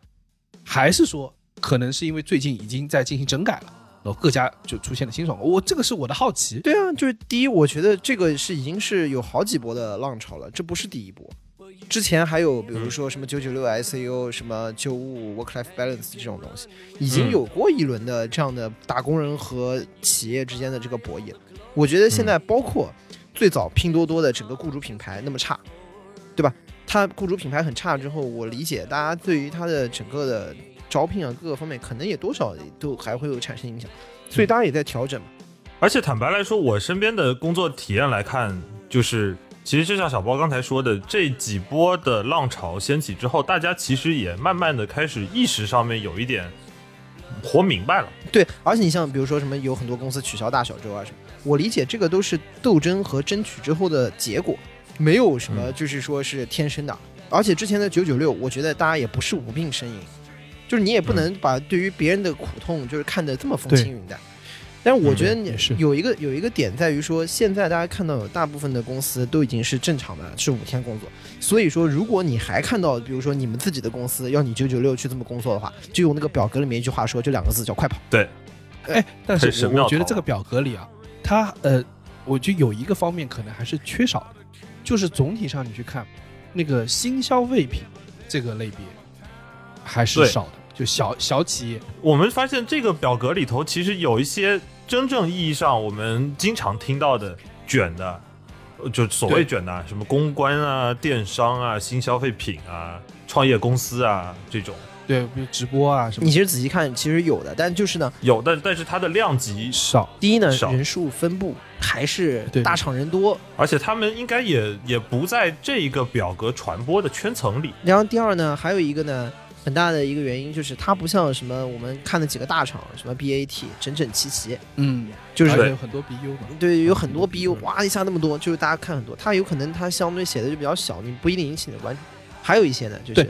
还是说可能是因为最近已经在进行整改了，然后各家就出现了新爽文？我这个是我的好奇。对啊，就是第一，我觉得这个是已经是有好几波的浪潮了，这不是第一波。之前还有比如说什么九九六 ICU、什么九五 work life balance 这种东西，已经有过一轮的这样的打工人和企业之间的这个博弈了。我觉得现在包括最早拼多多的整个雇主品牌那么差，对吧？它雇主品牌很差之后，我理解大家对于它的整个的招聘啊各个方面，可能也多少都还会有产生影响，所以大家也在调整嘛。而且坦白来说，我身边的工作体验来看，就是其实就像小包刚才说的，这几波的浪潮掀起之后，大家其实也慢慢的开始意识上面有一点活明白了。对，而且你像比如说什么，有很多公司取消大小周啊什么，我理解这个都是斗争和争取之后的结果，没有什嗯么就是说是天生的。而且之前的九九六，我觉得大家也不是无病呻吟，就是你也嗯不能把对于别人的苦痛就是看得这么风轻云淡。但是我觉得你嗯也是有一个有一个点在于说，现在大家看到有大部分的公司都已经是正常的，是五天工作。所以说，如果你还看到，比如说你们自己的公司要你九九六去这么工作的话，就用那个表格里面一句话说，就两个字叫快跑。哎，但很是神我妙我觉得桃这个表格里啊，它呃，我觉得有一个方面可能还是缺少的，就是总体上你去看那个新消费品这个类别还是对少的，就小小企业，我们发现这个表格里头其实有一些真正意义上我们经常听到的卷的，呃就所谓对卷的啊，什么公关啊、电商啊、新消费品啊、创业公司啊这种对，比如直播啊什么你其实仔细看，其实有的，但就是呢，有，但但是它的量级，少，第一呢，少人数分布还是对大厂人多。而且他们应该也也不在这一个表格传播的圈层里。然后第二呢，还有一个呢，很大的一个原因就是它不像什么我们看的几个大厂，什么 BAT 整整齐齐，嗯，就而是且有很多 BU 嘛，对有很多 BU 哇一下那么多，就是大家看很多，它有可能它相对写的就比较小，你不一定引起你的关注。还有一些呢，就是对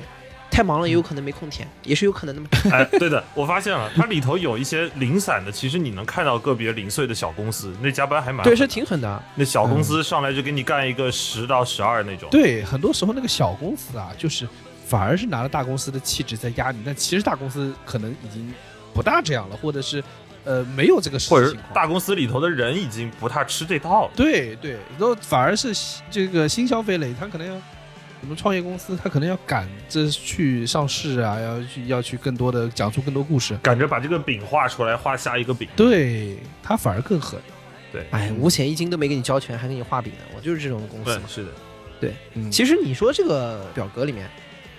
太忙了，也有可能没空填，也是有可能的嘛。哎，对的，我发现了，它里头有一些零散的，其实你能看到个别零碎的小公司，那加班还蛮对，狠是的挺狠的啊。那小公司上来就给你干一个十到十二那种。对，很多时候那个小公司啊，就是反而是拿了大公司的气质在压你，但其实大公司可能已经不大这样了，或者是呃没有这个实或际者情况。大公司里头的人已经不太吃这套了。对对，都反而是新这个新消费类，它可能要什么创业公司，它可能要赶着去上市啊，要去要去更多的讲述更多故事。赶着把这个饼画出来，画下一个饼。对，它反而更狠。哎，五险一金都没给你交全，还给你画饼呢，我就是这种公司对嘛，。是的，嗯其实你说这个表格里面，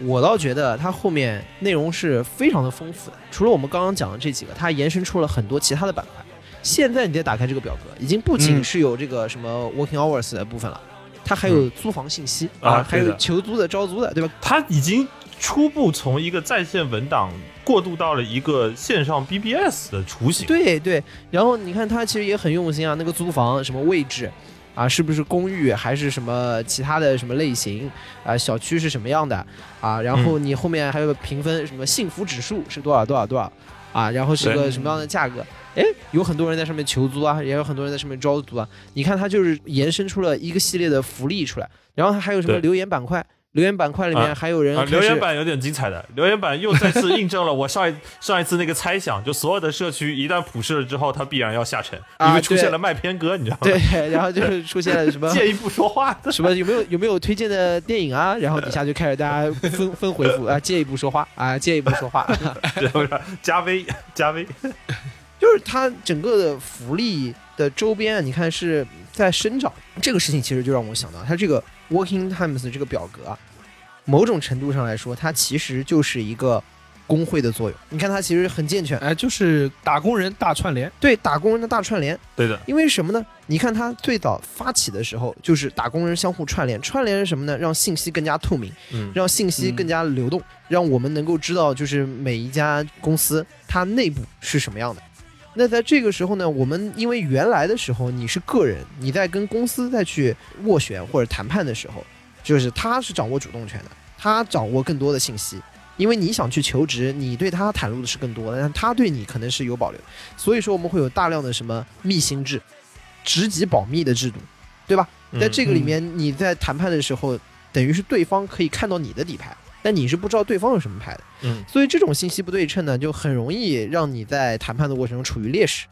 我倒觉得它后面内容是非常的丰富的。除了我们刚刚讲的这几个，它延伸出了很多其他的板块。现在你再打开这个表格，已经不仅嗯是有这个什么 working hours 的部分了，它还有租房信息嗯啊还对有的求租的、招租的，对吧？他已经初步从一个在线文档过渡到了一个线上 BBS 的雏形。对对。然后你看它其实也很用心啊，那个租房什么位置。啊，是不是公寓还是什么其他的什么类型啊？小区是什么样的啊？然后你后面还有个评分，什么幸福指数是多少多少多少啊？然后是个对什么样的价格？哎，有很多人在上面求租啊，也有很多人在上面招租啊。你看，它就是延伸出了一个系列的福利出来，然后它还有什么对留言板块？留言板块里面啊还有人啊，开留始言板有点精彩的，留言板又再次印证了我 [laughs] 上一上一次那个猜想，就所有的社区一旦普世了之后，它必然要下沉，啊因为出对现了麦片哥，你知道吗？ [laughs] 对，然后就是出现了什么介意不说话的，什么有没有有没有推荐的电影啊？然后底下就开始大家分分回复啊，借一步说话啊，借一步说话，对不是？ [laughs] 加微加微，就是它整个的福利的周边啊，你看是在生长。这个事情其实就让我想到，它这个 Working Times 这个表格啊，某种程度上来说，它其实就是一个工会的作用。你看它其实很健全，哎，就是打工人大串联，对打工人的大串联，对的，因为什么呢？你看它最早发起的时候，就是打工人相互串联，串联是什么呢？让信息更加透明。嗯，让信息更加流动，让我们能够知道就是每一家公司它内部是什么样的。那在这个时候呢，我们因为原来的时候你是个人，你在跟公司再去斡旋或者谈判的时候，就是他是掌握主动权的，他掌握更多的信息。因为你想去求职，你对他袒露的是更多的，但他对你可能是有保留的，所以说我们会有大量的什么密信制、职级保密的制度，对吧？在这个个里面，你在谈判的时候，等于是对方可以看到你的底牌，但你是不知道对方有什么牌的。嗯，所以这种信息不对称呢，就很容易让你在谈判的过程中处于劣势。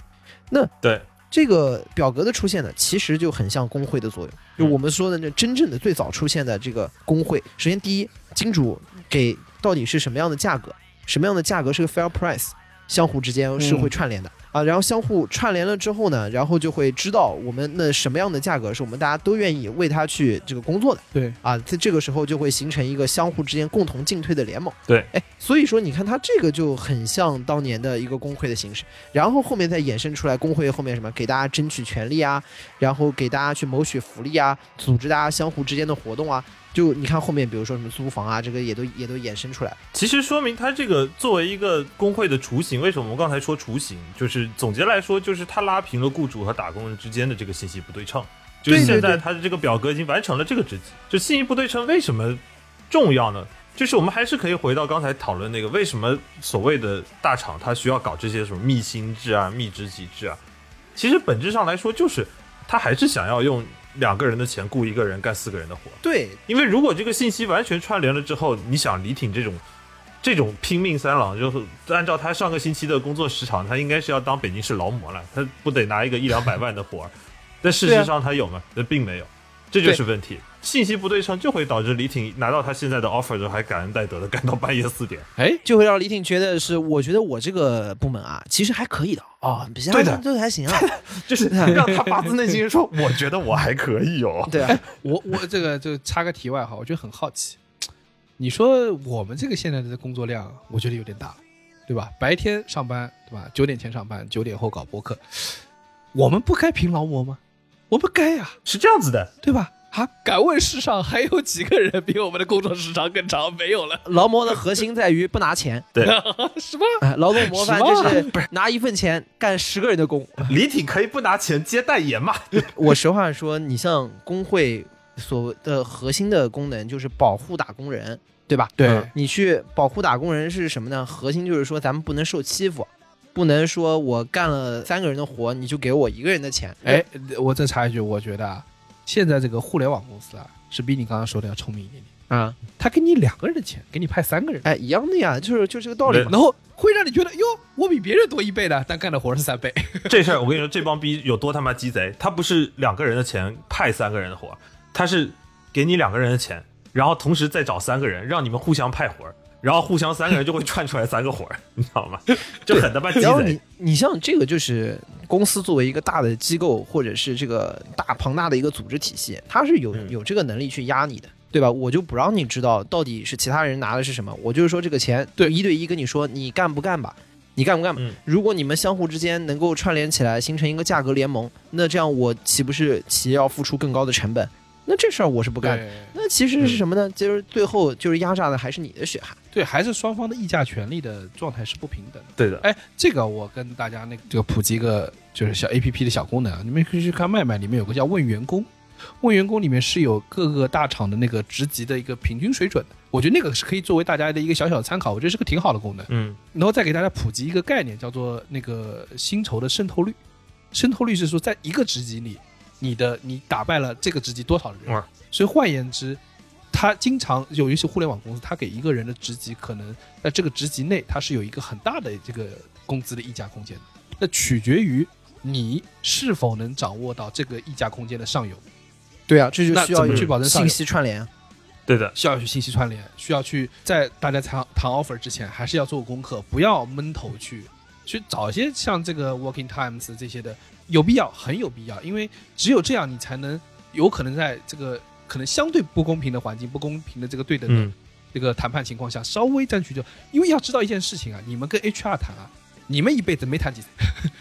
那对这个表格的出现呢，其实就很像工会的作用。就嗯我们说的那真正的最早出现的这个工会，首先第一，金主给到底是什么样的价格，什么样的价格是个 fair price，相互之间是会串联的。啊，然后相互串联了之后呢，然后就会知道我们那什么样的价格是我们大家都愿意为它去这个工作的对，啊，在这个时候就会形成一个相互之间共同进退的联盟。对，哎，所以说你看它这个就很像当年的一个工会的形式，然后后面再衍生出来工会后面什么给大家争取权利啊，然后给大家去谋取福利啊，组织大家相互之间的活动啊，就你看后面比如说什么租房啊，这个也都也都衍生出来了。其实说明它这个作为一个工会的雏形，为什么我们刚才说雏形？就是总结来说，就是它拉平了雇主和打工人之间的这个信息不对称。就是对对现对在它的这个表格已经完成了这个职级，就信息不对称为什么重要呢？就是我们还是可以回到刚才讨论那个，为什么所谓的大厂它需要搞这些什么密薪制啊、密职级制啊？其实本质上来说，就是他还是想要用两个人的钱雇一个人干四个人的活。对，因为如果这个信息完全串联了之后，你想李挺这种这种拼命三郎，就是按照他上个星期的工作时长，他应该是要当北京市劳模了，他不得拿一个一两百万的 [laughs] 活儿？但事实上他有吗？那、并没有，这就是问题。信息不啊对称就会导致李挺拿到他现在的 offer 的时候还感恩戴德的干到半夜四点。哎，就会让李挺觉得是，我觉得我这个部门啊，其实还可以的哦，比其他对的部门都还行啊。就是让他发自内心地说， [laughs] 我觉得我还可以哦。对啊， [laughs] 我我这个就插个题外哈，我就很好奇，你说我们这个现在的工作量，我觉得有点大了，对吧？白天上班，对吧？九点前上班，九点后搞播客，我们不该评劳模吗？我们该啊呀、 [laughs] 是这样子的，对吧？啊，敢问世上还有几个人比我们的工作时长更长？没有了， [laughs] 劳模的核心在于不拿钱，是吧？哎劳动模范什就么是拿一份钱干十个人的工。 [laughs] 李挺可以不拿钱接代言嘛？ [laughs] 我实话说，你像工会所的核心的功能就是保护打工人，对吧？对嗯你去保护打工人是什么呢？核心就是说咱们不能受欺负。不能说我干了三个人的活，你就给我一个人的钱。哎，我再插一句，我觉得啊，现在这个互联网公司啊，是比你刚刚说的要聪明一点点。啊，他给你两个人的钱，给你派三个人，哎，一样的呀，就是就这个道理嘛。然后会让你觉得哟，我比别人多一倍呢，但干的活是三倍。这事儿我跟你说，这帮逼有多他妈鸡贼！他不是两个人的钱派三个人的活儿，他是给你两个人的钱，然后同时再找三个人，让你们互相派活儿，然后互相三个人就会串出来三个活儿，你知道吗？就很他妈 [laughs] 鸡然后贼你。你像这个就是公司作为一个大的机构或者是这个大庞大的一个组织体系，它是有嗯有这个能力去压你的，对吧？我就不让你知道到底是其他人拿的是什么，我就是说这个钱对一对一跟你说你干不干吧。你干不干吧嗯？如果你们相互之间能够串联起来，形成一个价格联盟，那这样我岂不是企业要付出更高的成本？那这事儿我是不干的。对那其实是什么呢？就是最后就是压榨的还是你的血汗。对，还是双方的议价权利的状态是不平等的。对的，哎，这个我跟大家那个这个普及一个就是小 A P P 的小功能啊，你们可以去看麦麦里面有个叫问员工，问员工里面是有各个大厂的那个职级的一个平均水准的，我觉得那个是可以作为大家的一个小小的参考，我觉得是个挺好的功能。嗯，然后再给大家普及一个概念，叫做那个薪酬的渗透率。渗透率是说，在一个职级里，你的你打败了这个职级多少人哇。所以换言之，他经常有一些互联网公司，他给一个人的职级，可能在这个职级内，它是有一个很大的这个工资的溢价空间的。那取决于你是否能掌握到这个溢价空间的上游，对啊，这就那需要怎么有去保证上游信？息串联啊。对的，需要去信息串联，需要去在大家谈谈 offer 之前，还是要做功课，不要闷头去去找一些像这个 working times 这些的，有必要，很有必要，因为只有这样，你才能有可能在这个可能相对不公平的环境、不公平的这个对等的嗯，这个谈判情况下，稍微争取就，因为要知道一件事情啊，你们跟 HR 谈啊。你们一辈子没谈几次，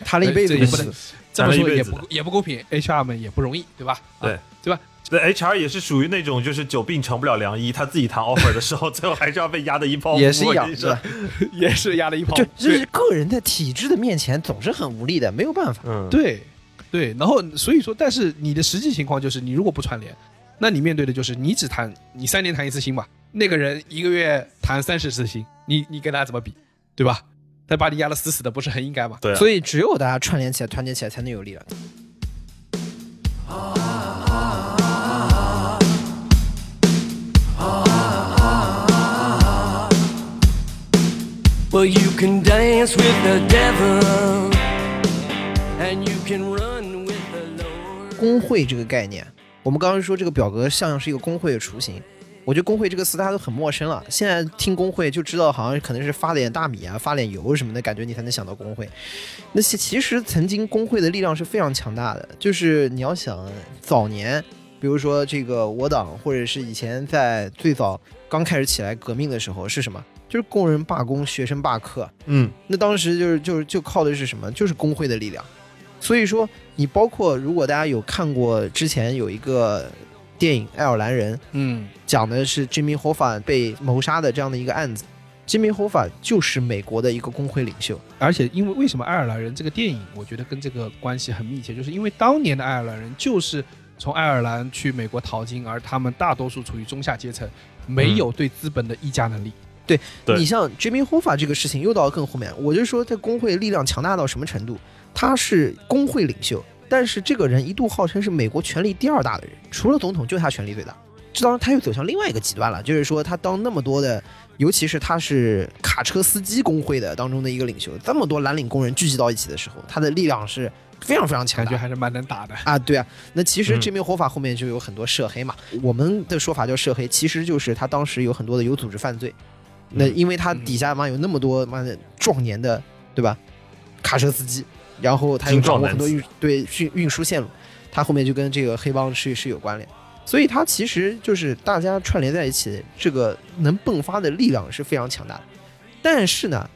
谈了一辈子这也的不戏能，这么谈了一说辈也子不也不公平，HR 们也不容易，对吧？啊对对吧？对 HR 也是属于那种就是久病成不了良医，他自己谈 offer 的时候， [laughs] 最后还是要被压的一泡也是一样，的。是吧？ [laughs] 也是压了一泡。就哦对就是个人在体制的面前总是很无力的，没有办法。嗯，对对，然后所以说，但是你的实际情况就是，你如果不串联，那你面对的就是你只谈你三年谈一次薪吧，那个人一个月谈三十次薪，你你跟他怎么比，对吧？他把你压得死死的，不是很应该吗？对啊，所以只有大家串联起来、团结起来，才能有力量。 Well, you can dance with the devil, and you can run with the Lord. 工会这个概念，我们刚刚说这个表格像是一个工会的雏形，我觉得工会这个词大家都很陌生了，现在听工会就知道好像可能是发点大米啊、发点油什么的感觉，你才能想到工会。那些其实曾经工会的力量是非常强大的，就是你要想早年，比如说这个我党，或者是以前在最早刚开始起来革命的时候是什么？就是工人罢工、学生罢课，嗯，那当时就是就是就靠的是什么？就是工会的力量。所以说，你包括如果大家有看过之前有一个电影《爱尔兰人》，嗯讲的是 Jimmy Hoffa 被谋杀的这样的一个案子。Jimmy Hoffa 就是美国的一个工会领袖，而且因为为什么爱尔兰人这个电影，我觉得跟这个关系很密切，就是因为当年的爱尔兰人就是从爱尔兰去美国淘金，而他们大多数处于中下阶层，没有对资本的议价能力。对你像 Jimmy Hoffa 这个事情又到更后面，我就说这工会力量强大到什么程度？他是工会领袖，但是这个人一度号称是美国权力第二大的人，除了总统就他权力最大。这当然他又走向另外一个极端了，就是说他当那么多的，尤其是他是卡车司机工会的当中的一个领袖，这么多蓝领工人聚集到一起的时候，他的力量是非常非常强感大觉的。还是蛮能打的。啊，对啊，那其实嗯这名活法后面就有很多涉黑嘛。我们的说法叫涉黑，其实就是他当时有很多的有组织犯罪。嗯那因为他底下嘛有那么多妈的壮年的，对吧？卡车司机，然后他又精壮掌握男很多子运对运运输线路，他后面就跟这个黑帮是是有关联。所以他其实就是大家串联在一起，这个能迸发的力量是非常强大的。但是呢，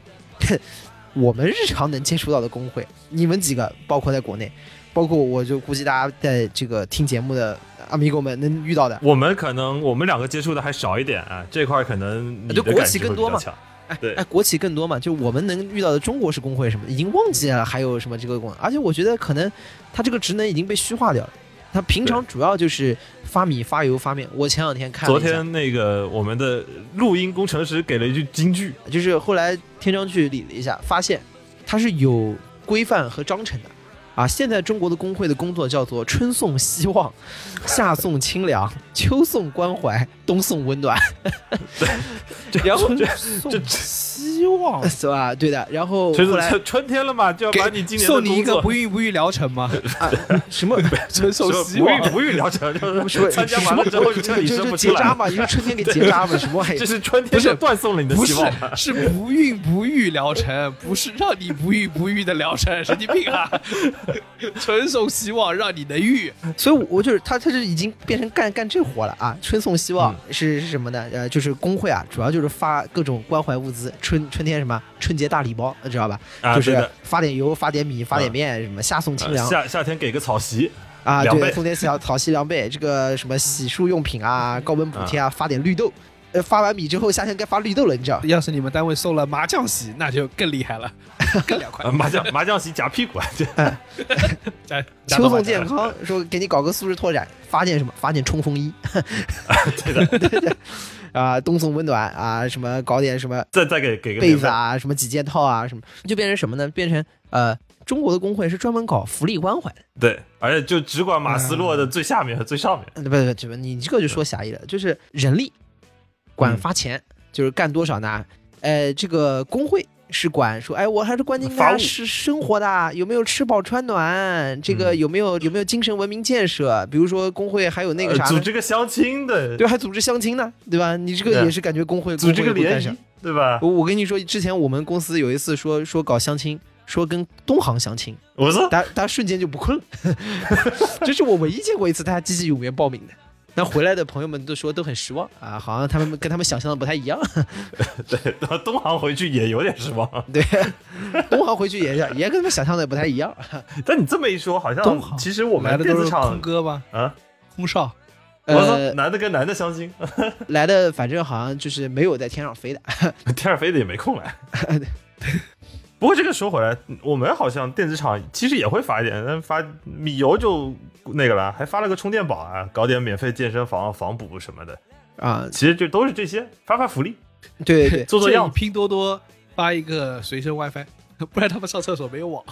我们日常能接触到的工会，你们几个，包括在国内，包括我就估计大家在这个听节目的阿米狗们能遇到的，我们可能我们两个接触的还少一点啊，这块可能你的就国感企知更会比多较嘛强。对哎，国企更多嘛，就我们能遇到的中国式工会什么的，已经忘记了还有什么这个工，而且我觉得可能它这个职能已经被虚化掉了。它平常主要就是发米、发油、发面。我前两天看了昨一下天那个我们的录音工程师给了一句金句，就是后来天章去理了一下，发现它是有规范和章程的。啊，现在中国的工会的工作叫做春送希望，夏送清凉，秋送关怀，冬送温 [laughs] 暖。这 [laughs] 然后这 [laughs] 送这希望是吧？对的。然后陈后总来春 [laughs] 春天了嘛，就要把你今年的送你一工个作不孕不育疗程 [laughs] 吗？啊，什么承受什么希不望育。不育 [laughs] 疗程，就什么是参加完了之后就彻底就生就不结出来扎了。嘛，就是春天给结扎嘛，什么玩意 [laughs] 这儿？是春天不是 [laughs] 就断送了你的不希是望。，是不孕不育疗程，不是让你不孕不育的疗程，神经病 [laughs] 啊！纯属希望让你能育，所以我就是他，他就已经变成干干这活了啊！春送希望是是什么呢？呃，就是工会啊，主要就是发各种关怀物资，春春天什么春节大礼包，知道吧？啊就对是 [laughs] 的发点油、发点米、发点面，什么夏送清呃凉夏夏天给个草席，啊，凉对，被送点小草席凉被，这个什么洗漱用品嗯啊、高温补贴啊，发点绿豆。呃，发完米之后，夏天该发绿豆了，你知道？要是你们单位送了麻将席，那就更厉害 [laughs] 了，更凉快呃。麻将麻将席夹屁股， [laughs] 这加加秋多麻送将健康，说给你搞个素质拓展，发件什么？发件冲锋 [laughs] 衣。对的，啊，冬送温暖啊，什么搞点什么再再给给个被年子份啊，什么几件套啊，什么就变成什么呢？变成呃，中国的工会是专门搞福利关怀的。对，而且就只管马斯洛的最下面和最上面。呃不不不，你这个就说狭义了，就是人力管发钱，嗯就是干多少呢？呃，这个工会是管说，哎，我还是关心大法家务是生活的，啊有没有吃饱穿暖，这个嗯有没有有没有精神文明建设？比如说工会还有那个呃啥呢、组织个相亲的，对，还组织相亲呢，对吧？你这个对也是感觉工会组织工个会不干联涉谊，对吧？我我跟你说，之前我们公司有一次说说搞相亲，说跟东航相亲，我说大家大家瞬间就不困了， [laughs] 这是我唯一见过一次大家积极踊跃报名的。那回来的朋友们都说都很失望啊，好像他们跟他们想象的不太一样。 [laughs] 对，然后 [laughs] 东航回去也有点失望。对，东航回去也是也跟他们想象的不太一样。 [laughs] 但你这么一说，好东航像其实我来们的电都子是厂空哥吗？啊，空少，我呃说，男的跟男的相亲， [laughs] 来的反正好像就是没有在天上飞的。啊天上飞的也没空 [laughs] 来。不过这个说回来，我们好像电子厂其实也会发一点，但发米油就那个了，还发了个充电宝啊，搞点免费健身房、房补什么的，啊，其实就都是这些，发 [laughs] 发福利，对对 [laughs] 对，做做建议样。拼多多发一个随身 WiFi，不 [laughs] 然他们上厕所没有网。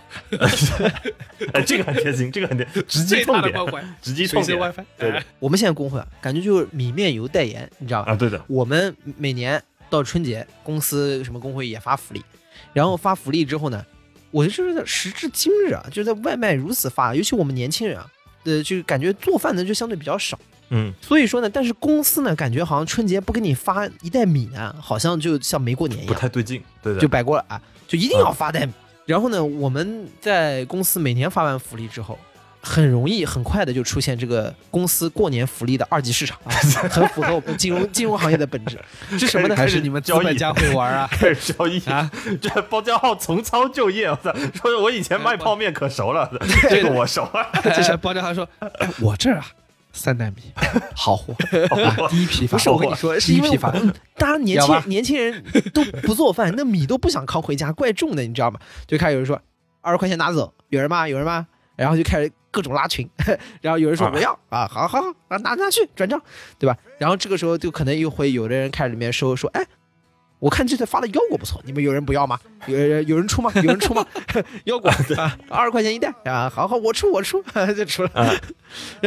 哎，这个很贴心，这个很贴，直最击痛大的点关，怀，直击随痛身点。 WiFi。对的我们现在工会啊，感觉就是米面油代言，你知道吧？啊，对的，我们每年到春节，公司什么工会也发福利，然后发福利之后呢，我就是时至今日啊，就在外卖如此发，尤其我们年轻人啊，呃，就感觉做饭的就相对比较少，嗯，哎所以说呢，但是公司呢，感觉好像春节不给你发一袋米呢，好像就像没过年一不样，太对劲，对嗯的，就白过了啊，就一定要发袋米。然后呢，我们在公司每年发完福利之后，很容易很快的就出现这个公司过年福利的二级市 [laughs] 场啊，很符合我们金融金融行业的本质。是什么呢？开还始是你们资交易本家会玩 [laughs] 啊？开始交易啊！这包家浩从操就业，我操！说我以前卖泡面可熟了，这个我熟 [laughs] 了。这是包家浩说，哎我这儿啊，三袋米，好货，啊第一批发不是我跟你货，说，是第一因为批发我们大家年要吧轻年轻人都不做饭，那米都不想扛回家，怪重的，你知道吗？就开始有人说二十块钱拿走，有人吗？有人吗？然后就开始各种拉群， [laughs] 然后有人说啊我要啊，好好好，啊拿拿去转账，对吧？然后这个时候就可能又会有的人开始里面收说，哎。我看这次发的腰果不错，你们有人不要吗？有人有人出吗？有人出吗？腰 [laughs] 果啊，二十块钱一袋啊，好好我出我出 [laughs] 就出了，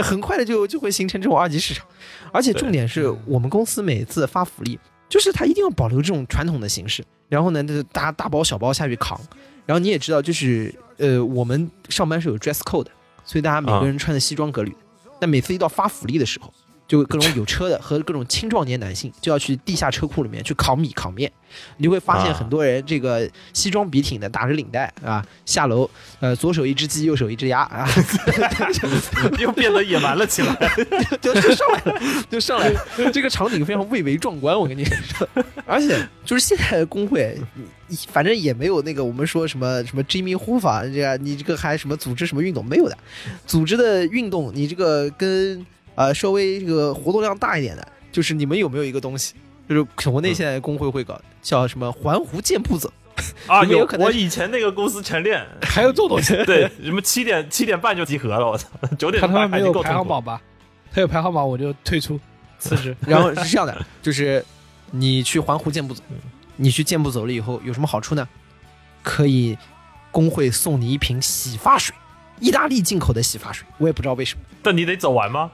很快的就就会形成这种二级市场。而且重点是我们公司每次发福利，就是他一定要保留这种传统的形式，然后呢，就是大大包小包下去扛。然后你也知道，就是呃，我们上班是有 dress code 的，所以大家每个人穿的西装革履。但每次一到发福利的时候，就各种有车的和各种青壮年男性就要去地下车库里面去扛米扛面，你就会发现啊很多人这个西装笔挺的，打着领带啊，下楼呃，左手一只鸡，右手一只鸭啊，又变得野蛮 [laughs] 了起来。就 [laughs] 就上来了，就上来了。这个场景非常蔚为壮观，我跟你说。而 [laughs] 且就是现在的工会，你反正也没有那个我们说什么什么 Jimmy Hoffa 这样，你这个还什么组织什么运动没有的，组织的运动你这个跟呃稍微这个活动量大一点的，就是你们有没有一个东西，就是国内现在工会会搞叫什么环湖健步走，啊，有有可能我以前那个公司晨练，还有这种东西， [laughs] 对，什么七点七点半就集合了，我操，九点看他们半还没能有够排痛行苦。榜吧？他有排行榜我就退出辞职。 [laughs] 然后是这样的，就是你去环湖健步走，你去健步走了以后有什么好处呢？可以工会送你一瓶洗发水，意大利进口的洗发水，我也不知道为什么。但你得走完吗？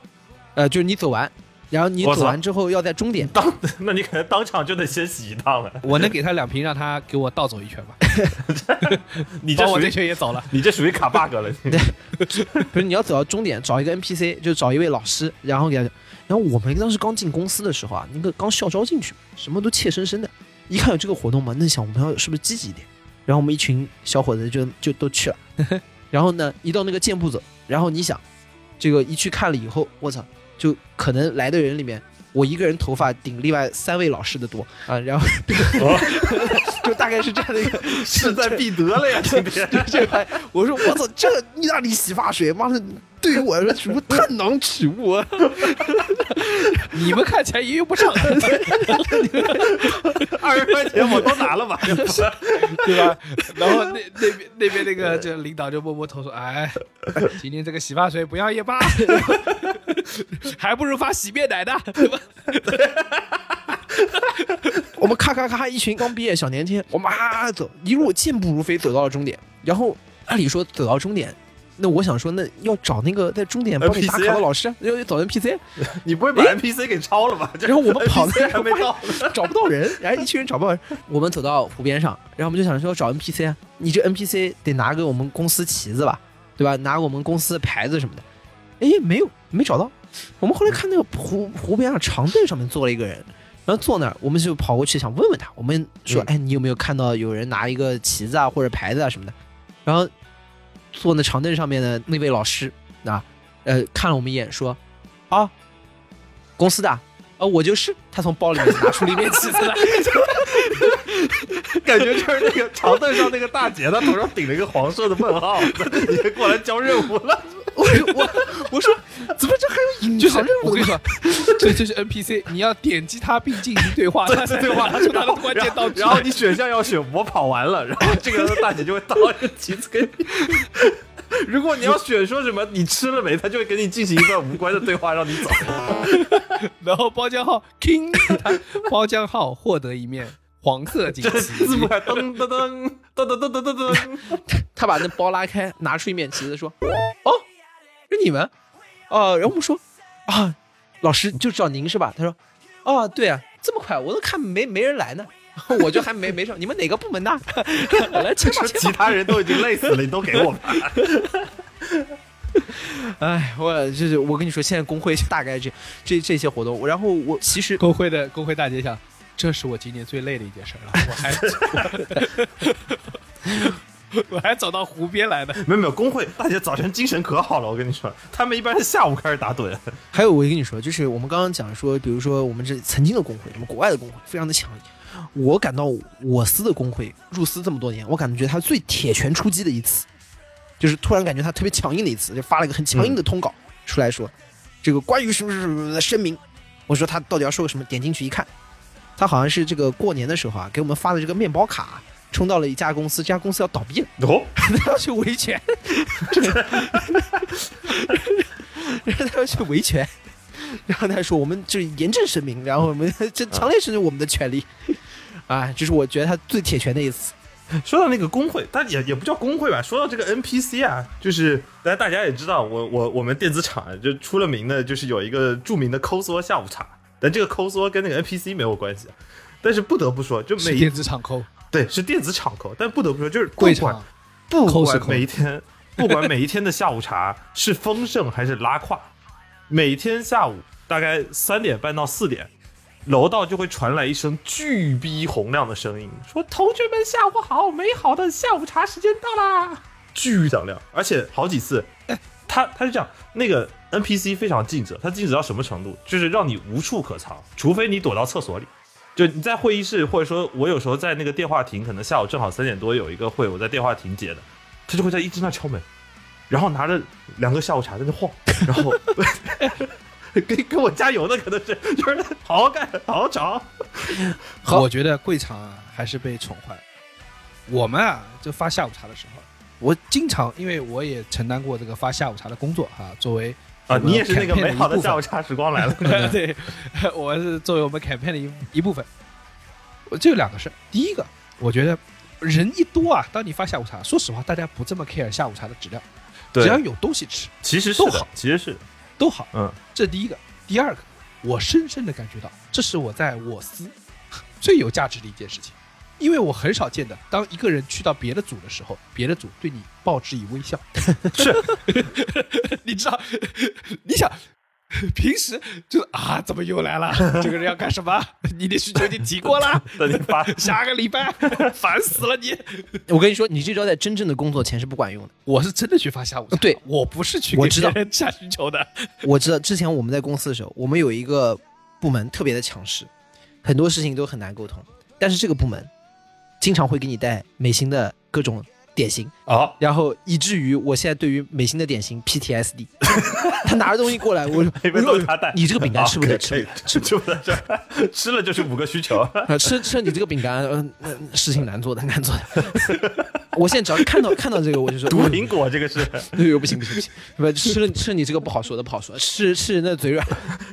呃，就是你走完，然后你我操走完之后要在终点，当 [laughs] 那你可能当场就得先洗一趟了。我能给他两瓶，让他给我倒走一圈吧，你这把我属这于圈也走了。你这属于卡 bug 了。不是你要走到终点，找一个 NPC，就找一位老师，然后给他。然后我们当时刚进公司的时候啊，那个刚校招进去，什么都怯生生的。一看有这个活动嘛，那想我们要是不是积极一点？然后我们一群小伙子就就都去了。 [laughs] 然后呢，一到那个健步走，然后你想，这个一去看了以后，我操，就可能来的人里面，我一个人头发顶另外三位老师的多啊。然后 [laughs] 就大概是这样的一个哦 [laughs] 势在必得 [laughs] 了呀，今天。这块，我说我操，这意大利洗发水，妈的，对于我来说什么探囊取物啊！你们看起来也用不上，二十块钱我都拿 [laughs] 了吧，对吧？然后那那边那边那个这领导就摸摸头说：“哎，今天这个洗发水不要也罢，还不如发洗面奶呢，对吧？我们咔咔咔一群刚毕业小年轻，我们啊啊啊走，一路健步如飞走到了终点。然后按理说走到终点，那我想说，那要找那个在终点帮你打卡 NPC 啊的呃老师，要找 NPC，你不会把 NPC 给抄了吧？这然后我们跑的 NPC 还没到， [laughs] 找不到人，然后一群人找不到人。我们走到湖边上，然后我们就想说找 NPC，啊，你这 NPC 得拿个我们公司旗子吧，对吧？拿个我们公司的牌子什么的。哎，没有，没找到。我们后来看那个湖湖边上长凳上面坐了一个人，然后坐那儿，我们就跑过去想问问他，我们说，哎，你有没有看到有人拿一个旗子啊或者牌子啊什么的？然后坐那长凳上面的那位老师啊，呃，看了我们一眼说，啊，公司的啊。啊我就是他从包里面拿出了一面旗子来，感觉就是那个长凳上那个大姐，她头上顶了一个黄色的问号，你过来交任务了。 [laughs] 我我我说怎么这还有隐就是藏任我务跟呢你？说，这就是 NPC，你要点击它并进行对话，它是对话，它是它的关键道具。 [laughs] 然后你选项要选我跑完了，然后这个大姐就会倒一个旗子给你。 [laughs] 如果你要选说什么你吃了没，她就会给你进行一段无关的对话，让你走。然后包浆号 king，他包浆号获得一面黄色锦这旗， [laughs] 字幕还噔噔 [laughs] 噔噔噔噔噔噔噔。他把那包拉开，拿出一面旗子说：“哦，是你们？哦。”然后我们说：“啊，老师就找您是吧？”他说：“啊，对啊，这么快，我都看没没人来呢。” [laughs] 我就还没没说，你们哪个部 [laughs] 门的？来签吧说签其 [laughs] 吧。他人都已经累死了，你都给我吧。哎，我就是我跟你说，现在工会就大概这这这些活动，然后我其实 [laughs] 工会的工会大姐想，这是我今年最累的一件事儿了，我还我还走到 [laughs] 湖边来的， [laughs] 没有没有，工会大姐早晨精神可好了，我跟你说，他们一般是下午开始打盹。还有，我跟你说，就是我们刚刚讲说，比如说我们这曾经的工会，我们国外的工会非常的强硬。我感到我司的工会入司这么多年，我感觉他最铁拳出击的一次，就是突然感觉他特别强硬的一次，就发了一个很强硬的通稿出来说，这个关于什么什么什么的声明。我说他到底要说个什么？点进去一看，他好像是这个过年的时候啊，给我们发的这个面包卡，冲到了一家公司，这家公司要倒闭了。哦， [laughs] 他要去维权，然后他要去维权，然后他说我们就是严正声明，然后我们这强烈声明我们的权利，啊，这是我觉得他最铁拳的一次。说到那个工会，但也也不叫工会吧。说到这个 NPC 啊，就是大家大家也知道，我我我们电子厂啊就出了名的，就是有一个著名的抠缩下午茶，但这个抠缩跟那个 NPC 没有关系。但是不得不说，就每是一电子厂抠，对是电子厂抠，但不得不说就是不贵管厂，不抠是管抠每一天，不管每一天的下午茶是丰盛还是拉胯，每天下午大概三点半到四点，楼道就会传来一声巨逼洪亮的声音，说：“同学们，下午好，美好的下午茶时间到啦！”巨响亮，而且好几次，哎，他他是这样，那个 NPC 非常尽责，他尽责到什么程度？就是让你无处可藏，除非你躲到厕所里。就你在会议室，或者说我有时候在那个电话亭，可能下午正好三点多有一个会，我在电话亭接的，他就会在一直那敲门，然后拿着两个下午茶在那晃， [laughs] 然 [laughs] 后跟跟我加油呢，可能是就是好好干，好好找。好我觉得贵厂啊还是被宠坏了。我们啊，就发下午茶的时候，我经常因为我也承担过这个发下午茶的工作啊，作为我啊，们你也是那个 campaign 美好的一部分下午茶时光 [laughs] 来了。 [laughs] 对，我是作为我们 campaign 的一一部分。我就有两个事儿，第一个，我觉得人一多啊，当你发下午茶，说实话，大家不这么 care 下午茶的质量，只要对，有东西吃其实是都的好，其实是的都好。嗯，这第一个，第二个，我深深的感觉到，这是我在我司最有价值的一件事情，因为我很少见的，当一个人去到别的组的时候，别的组对你报之以微 [laughs] 笑，是 [laughs] 你知道， [laughs] 你想。平时就是啊，怎么又来 [laughs] 了？这个人要干什么？你的需求已经提过了，等你 [laughs] 发下个礼拜，烦死了你！我跟你说，你这招在真正的工作前是不管用的。我是真的去发下午茶，对我不是去我给知别道人下需求的。我知道之前我们在公司的时候，我们有一个部门特别的强势，很多事情都很难沟通，但是这个部门经常会给你带美心的各种点心，啊，然后以至于我现在对于美心的点心 PTSD。他拿着东西过来，我 [laughs] 说每我边都说是他带。你这个饼干吃不啊得，可以吃可以 [laughs] 吃吃不得，吃 [laughs] 吃了就是五个需求。不得，呃吃吃了你这个饼干，嗯、呃，那事情难做的，难做的。 [laughs] 我现在只要看到看到这个，我就说毒 [laughs] 苹果这个是，嗯呃不行不行不行，不吃了吃了你这个不好说的不好说，吃吃那嘴软。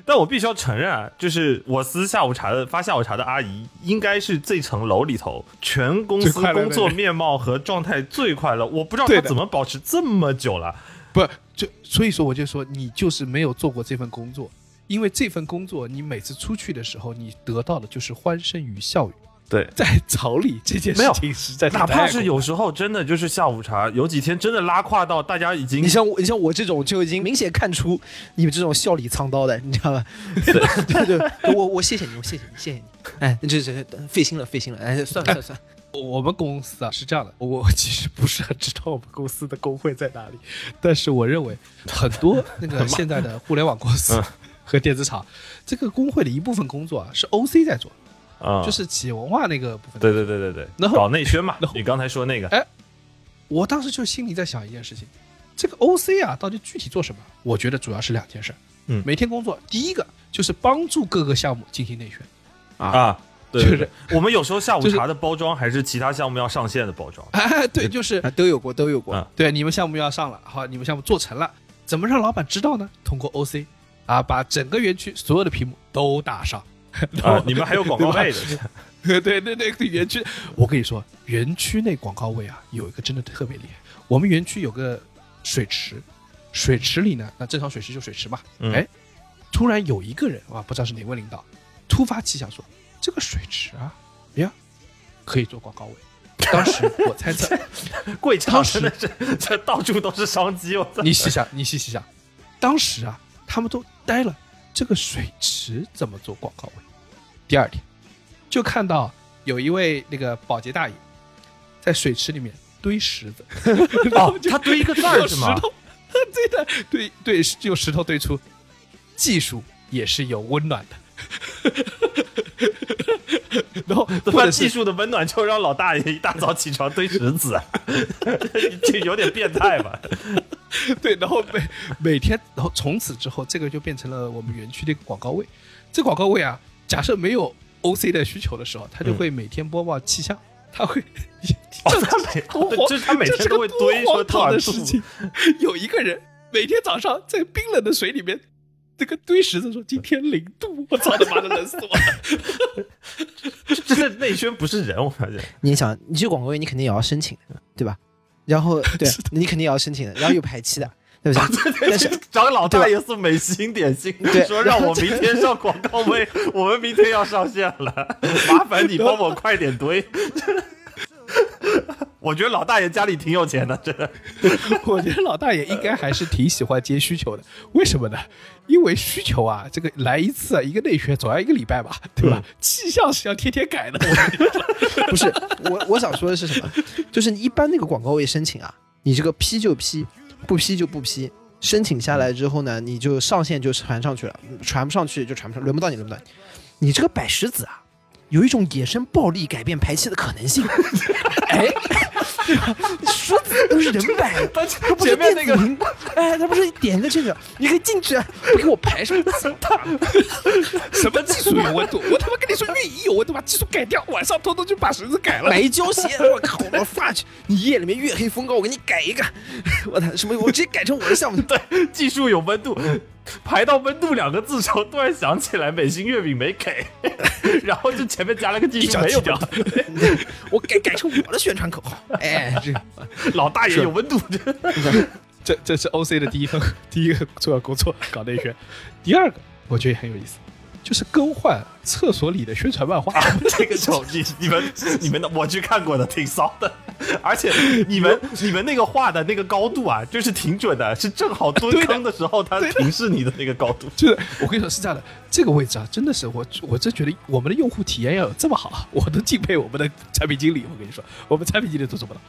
但我必须要承认啊，就是我司下午茶的发下午茶的阿姨，应该是这层楼里头全公司最快乐的工人作面貌和状态最快乐。我不知道对她的怎么保持这么久了。不，就所以说我就说你就是没有做过这份工作，因为这份工作你每次出去的时候，你得到的就是欢声与笑语。对，在 [laughs] 草里这件没事有情实在 [laughs] 哪怕是有有时候真的就是下午茶，有几天真的拉胯到大家已经你像我，你像我这种就已经明显看出你们这种 [laughs] 笑里藏刀的，你知道吧？对对对，我我谢谢你，我谢谢你，谢谢你。哎，这这这费心了，费心了。哎，算了算了算了。我们公司啊是这样的，我我 [laughs] 其实不是很知道我们公司的工会在哪里， [laughs] 但是我认为很多那 [laughs] 个现在的互联网公司嗯和电子厂，这个工会的一部分工作啊是 OC 在做，啊，就是企业文化那个部分。对对对对对，然后搞内宣嘛然，后你刚才说那个哎我当时就心里在想一件事情，这个 OC 啊，到底具体做什么？我觉得主要是两件事。嗯每天工作，第一个就是帮助各个项目进行内宣， [laughs] 啊，对，就是对对我们有时候下午就是茶的包装还是其他项目要上线的包装。哎，对，就是啊， [laughs] 都有过，都有过。啊对你们项目要上了，好，你们项目做成了，怎么让老板知道呢？通过 OC 啊，把整个园区所有的屏幕都打上。 [laughs] 啊，你们还有广告位的，对对对，那个园区，我跟你说，园区内广告位啊，有一个真的特别厉害。我们园区有个水池，水池里呢，那正常水池就水池嘛。嗯哎，突然有一个人啊，不知道是哪位领导，突发奇想说，这个水池啊，哎呀，可以做广告位。当时我猜测，贵厂当时真的是这到处都是商机，我 [laughs] 操！你细想，你细细想，当时啊，他们都呆了，这个水池怎么做广告位？第二天，就看到有一位那个保洁大爷在水池里面堆石 [laughs] 子，哦，他堆一个字儿用是石吗？头， [laughs] 对的，对对，是用石头堆出，技术也是有温暖的。 [laughs] 然后或那者技是术的温暖就让老大爷一大早起床堆石子， [laughs] 这有点变态吧？ [laughs] 对，然后每每天，然后从此之后，这个就变成了我们园区的一个广告位。这广告位啊，假设没有 OC 的需求的时候，它就会每天播报气象，它会。嗯 [laughs] 哦，他每多荒对就是他每天都会堆这说是个多多荒少唐的度事情。有一个人每天早上在冰冷的水里面。这个堆石子说今天零度，我操他妈的冷死我了！这这内宣不是人，我 [laughs] 发现你想，你去广告位，你肯定也要申请，对吧？然后 [laughs] 对，你肯定也要申请的，然后有排期的，对不对？但是找老大爷送美心点心，对说让我明天上广告 [laughs] 位，我们明天要上线了，麻烦你帮我快点 [laughs] 堆。我觉得老大爷家里挺有钱的，真的。 [laughs] 我觉得老大爷应该还是挺喜欢接需求的，为什么呢？因为需求啊，这个来一次啊，一个内圈总要一个礼拜吧，对吧？嗯 [laughs] 气象是要天天改的，不是我我想说的是什么？就是一般那个广告位申请啊，你这个批就批，不批就不批。申请下来之后呢，你就上线就传上去了，传不上去就传不上，轮不到你，轮不到你。你这个摆石子啊，有一种野生暴力改变排气的可能性。哎，对吧？石子都是人摆的，它不是前面那个电子屏，哎，它不是点一个这个，你可以进去啊，不给我排 [laughs] 上。什么技术有温度？我他妈跟你说运营有温度，把技术改掉，晚上偷偷就把绳子 [laughs] 改了。买一胶鞋，我靠，我 fuck，你夜里面月黑风高，我给你改一个， [laughs] 我操，什么，我直接改成我的项目，对， [laughs] 技术有温度，排到“温度”两个字时候，突然想起来美心月饼没给， [laughs] 然后就前面加了个技术没有温度，我改改成我的宣传口号，哎，这 [laughs] 老大爷有温度，这这是 OC 的第一份第一个重要工作，搞内宣。第二个我觉得也很有意思，就是更换厕所里的宣传漫画。这个手机，你们你们的我去看过的，挺骚的，而且你们你们那个画的那个高度啊，就是挺准的，是正好蹲坑的时候它平视你的那个高度。就是我跟你说是这样的，这个位置啊，真的是我我真觉得我们的用户体验要有这么好啊，我都敬佩我们的产品经理。我跟你说，我们产品经理都做不到，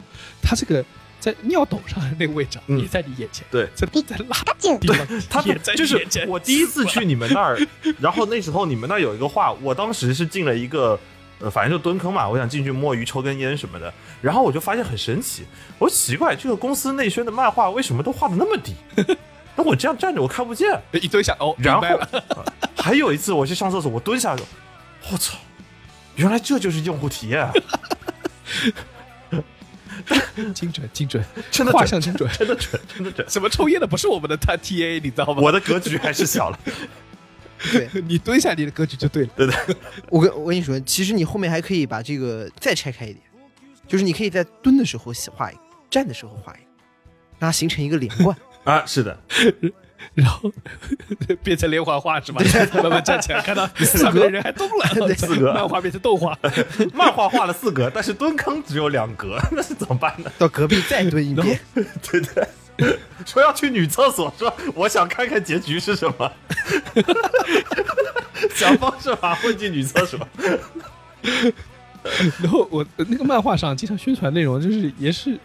他这个在尿斗上的那个位置啊、也在你眼前，嗯对这都在拉圾地方，他也在就是你眼前我第一次去你们那儿，然后那时候你们那儿有一个画，我当时是进了一个。呃，反正就蹲坑嘛，我想进去摸鱼、抽根烟什么的。然后我就发现很神奇，我说奇怪，这个公司内宣的漫画为什么都画的那么低？ [laughs] 那我这样站着我看不见。一蹲下哦，然后呃明白了还有一次，我去上厕所，我蹲下去，我操，原来这就是用户体验啊！精准精准，真的画准像精准。真的准，真的准。什么抽烟的不是我们的他 T A，你知道吗？我的格局还是小了， [laughs] 对，你蹲下你的格局就对了。对对，我跟我跟你说，其实你后面还可以把这个再拆开一点，就是你可以在蹲的时候画一个，站的时候画一个，让它形成一个连贯，啊，是的，然后变成连环画是吧？慢慢站起来，看到上面的人还动了，四格漫画变成动画，漫画画了四格，但是蹲坑只有两格， [laughs] 那是怎么办呢？到隔壁再蹲一遍，对对， [laughs] 说要去女厕所，说我想看看结局是什么， [laughs] 想方设法混进女厕所。然后我呃那个漫画上经常宣传内容就是也是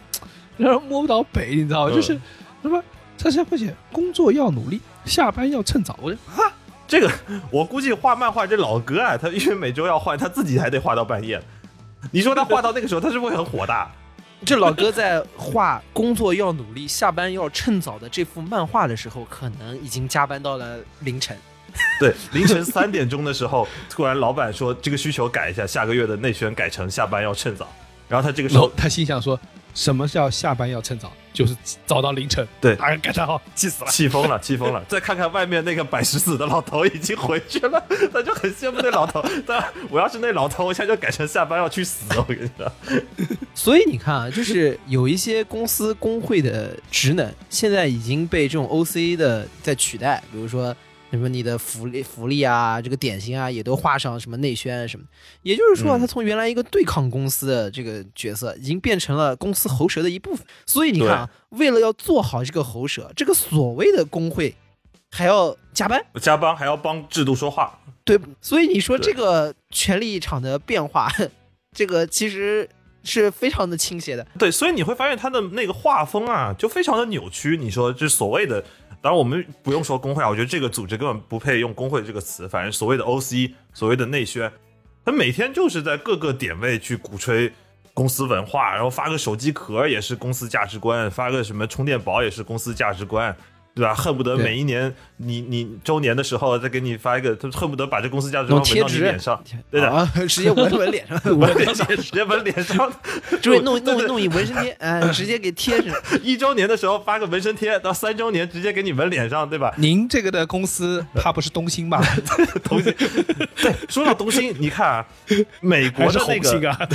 让人摸不着北，你知道吗？嗯就是什么他下面写工作要努力，下班要趁早。我就这个我估计画漫画这老哥啊，他因为每周要换，他自己还得画到半夜。你说他画到那个时候，他是不是会很火大？ [laughs] 这老哥在画“工作要努力，下班要趁早”的这幅漫画的时候，可能已经加班到了凌晨。对，凌晨三点钟的时候，突然老板说这个需求改一下，下个月的内宣改成下班要趁早。然后他这个时然后候，他心想说，什么叫下班要趁早？就是早到凌晨。对打个感叹号，气死了。气疯了，气疯了！ [laughs] 再看看外面那个摆石子的老头已经回去了， [laughs] 他就很羡慕那老头。但我要是那老头，我现在就改成下班要去死。我跟你说，所以你看啊，就是有一些公司工会的职能，现在已经被这种 OC 的在取代，比如说什么你的福利、福利啊，这个点心啊，也都画上什么内宣啊什么。也就是说啊，嗯他从原来一个对抗公司的这个角色，已经变成了公司喉舌的一部分。所以你看啊，为了要做好这个喉舌，这个所谓的工会还要加班。 [laughs] 加班还要帮制度说话，对，所以你说对这个权力场的变化， [laughs] 这个其实是非常的倾斜的。对，所以你会发现他的那个画风啊，就非常的扭曲。你说这所谓的，当然我们不用说工会啊，我觉得这个组织根本不配用工会这个词。反正所谓的 OC，所谓的内宣，他每天就是在各个点位去鼓吹公司文化，然后发个手机壳也是公司价值观，发个什么充电宝也是公司价值观。对吧？恨不得对每一年你你周年的时候再给你发一个，他恨不得把这公司价值弄观纹贴到你纸脸上，对的，啊， [laughs] 直接纹纹脸 [laughs] 上，纹脸上，直接纹脸上， [laughs] 就会弄弄弄一纹身贴，哎，直接给贴 [laughs] 上。一周年的时候发个纹身贴，到三周年直接给你纹脸上，对吧？ [laughs] 您这个的公 [laughs] 司怕不是东兴吧？东西，对，说到东兴，你看啊，美还国是的那红星个，啊？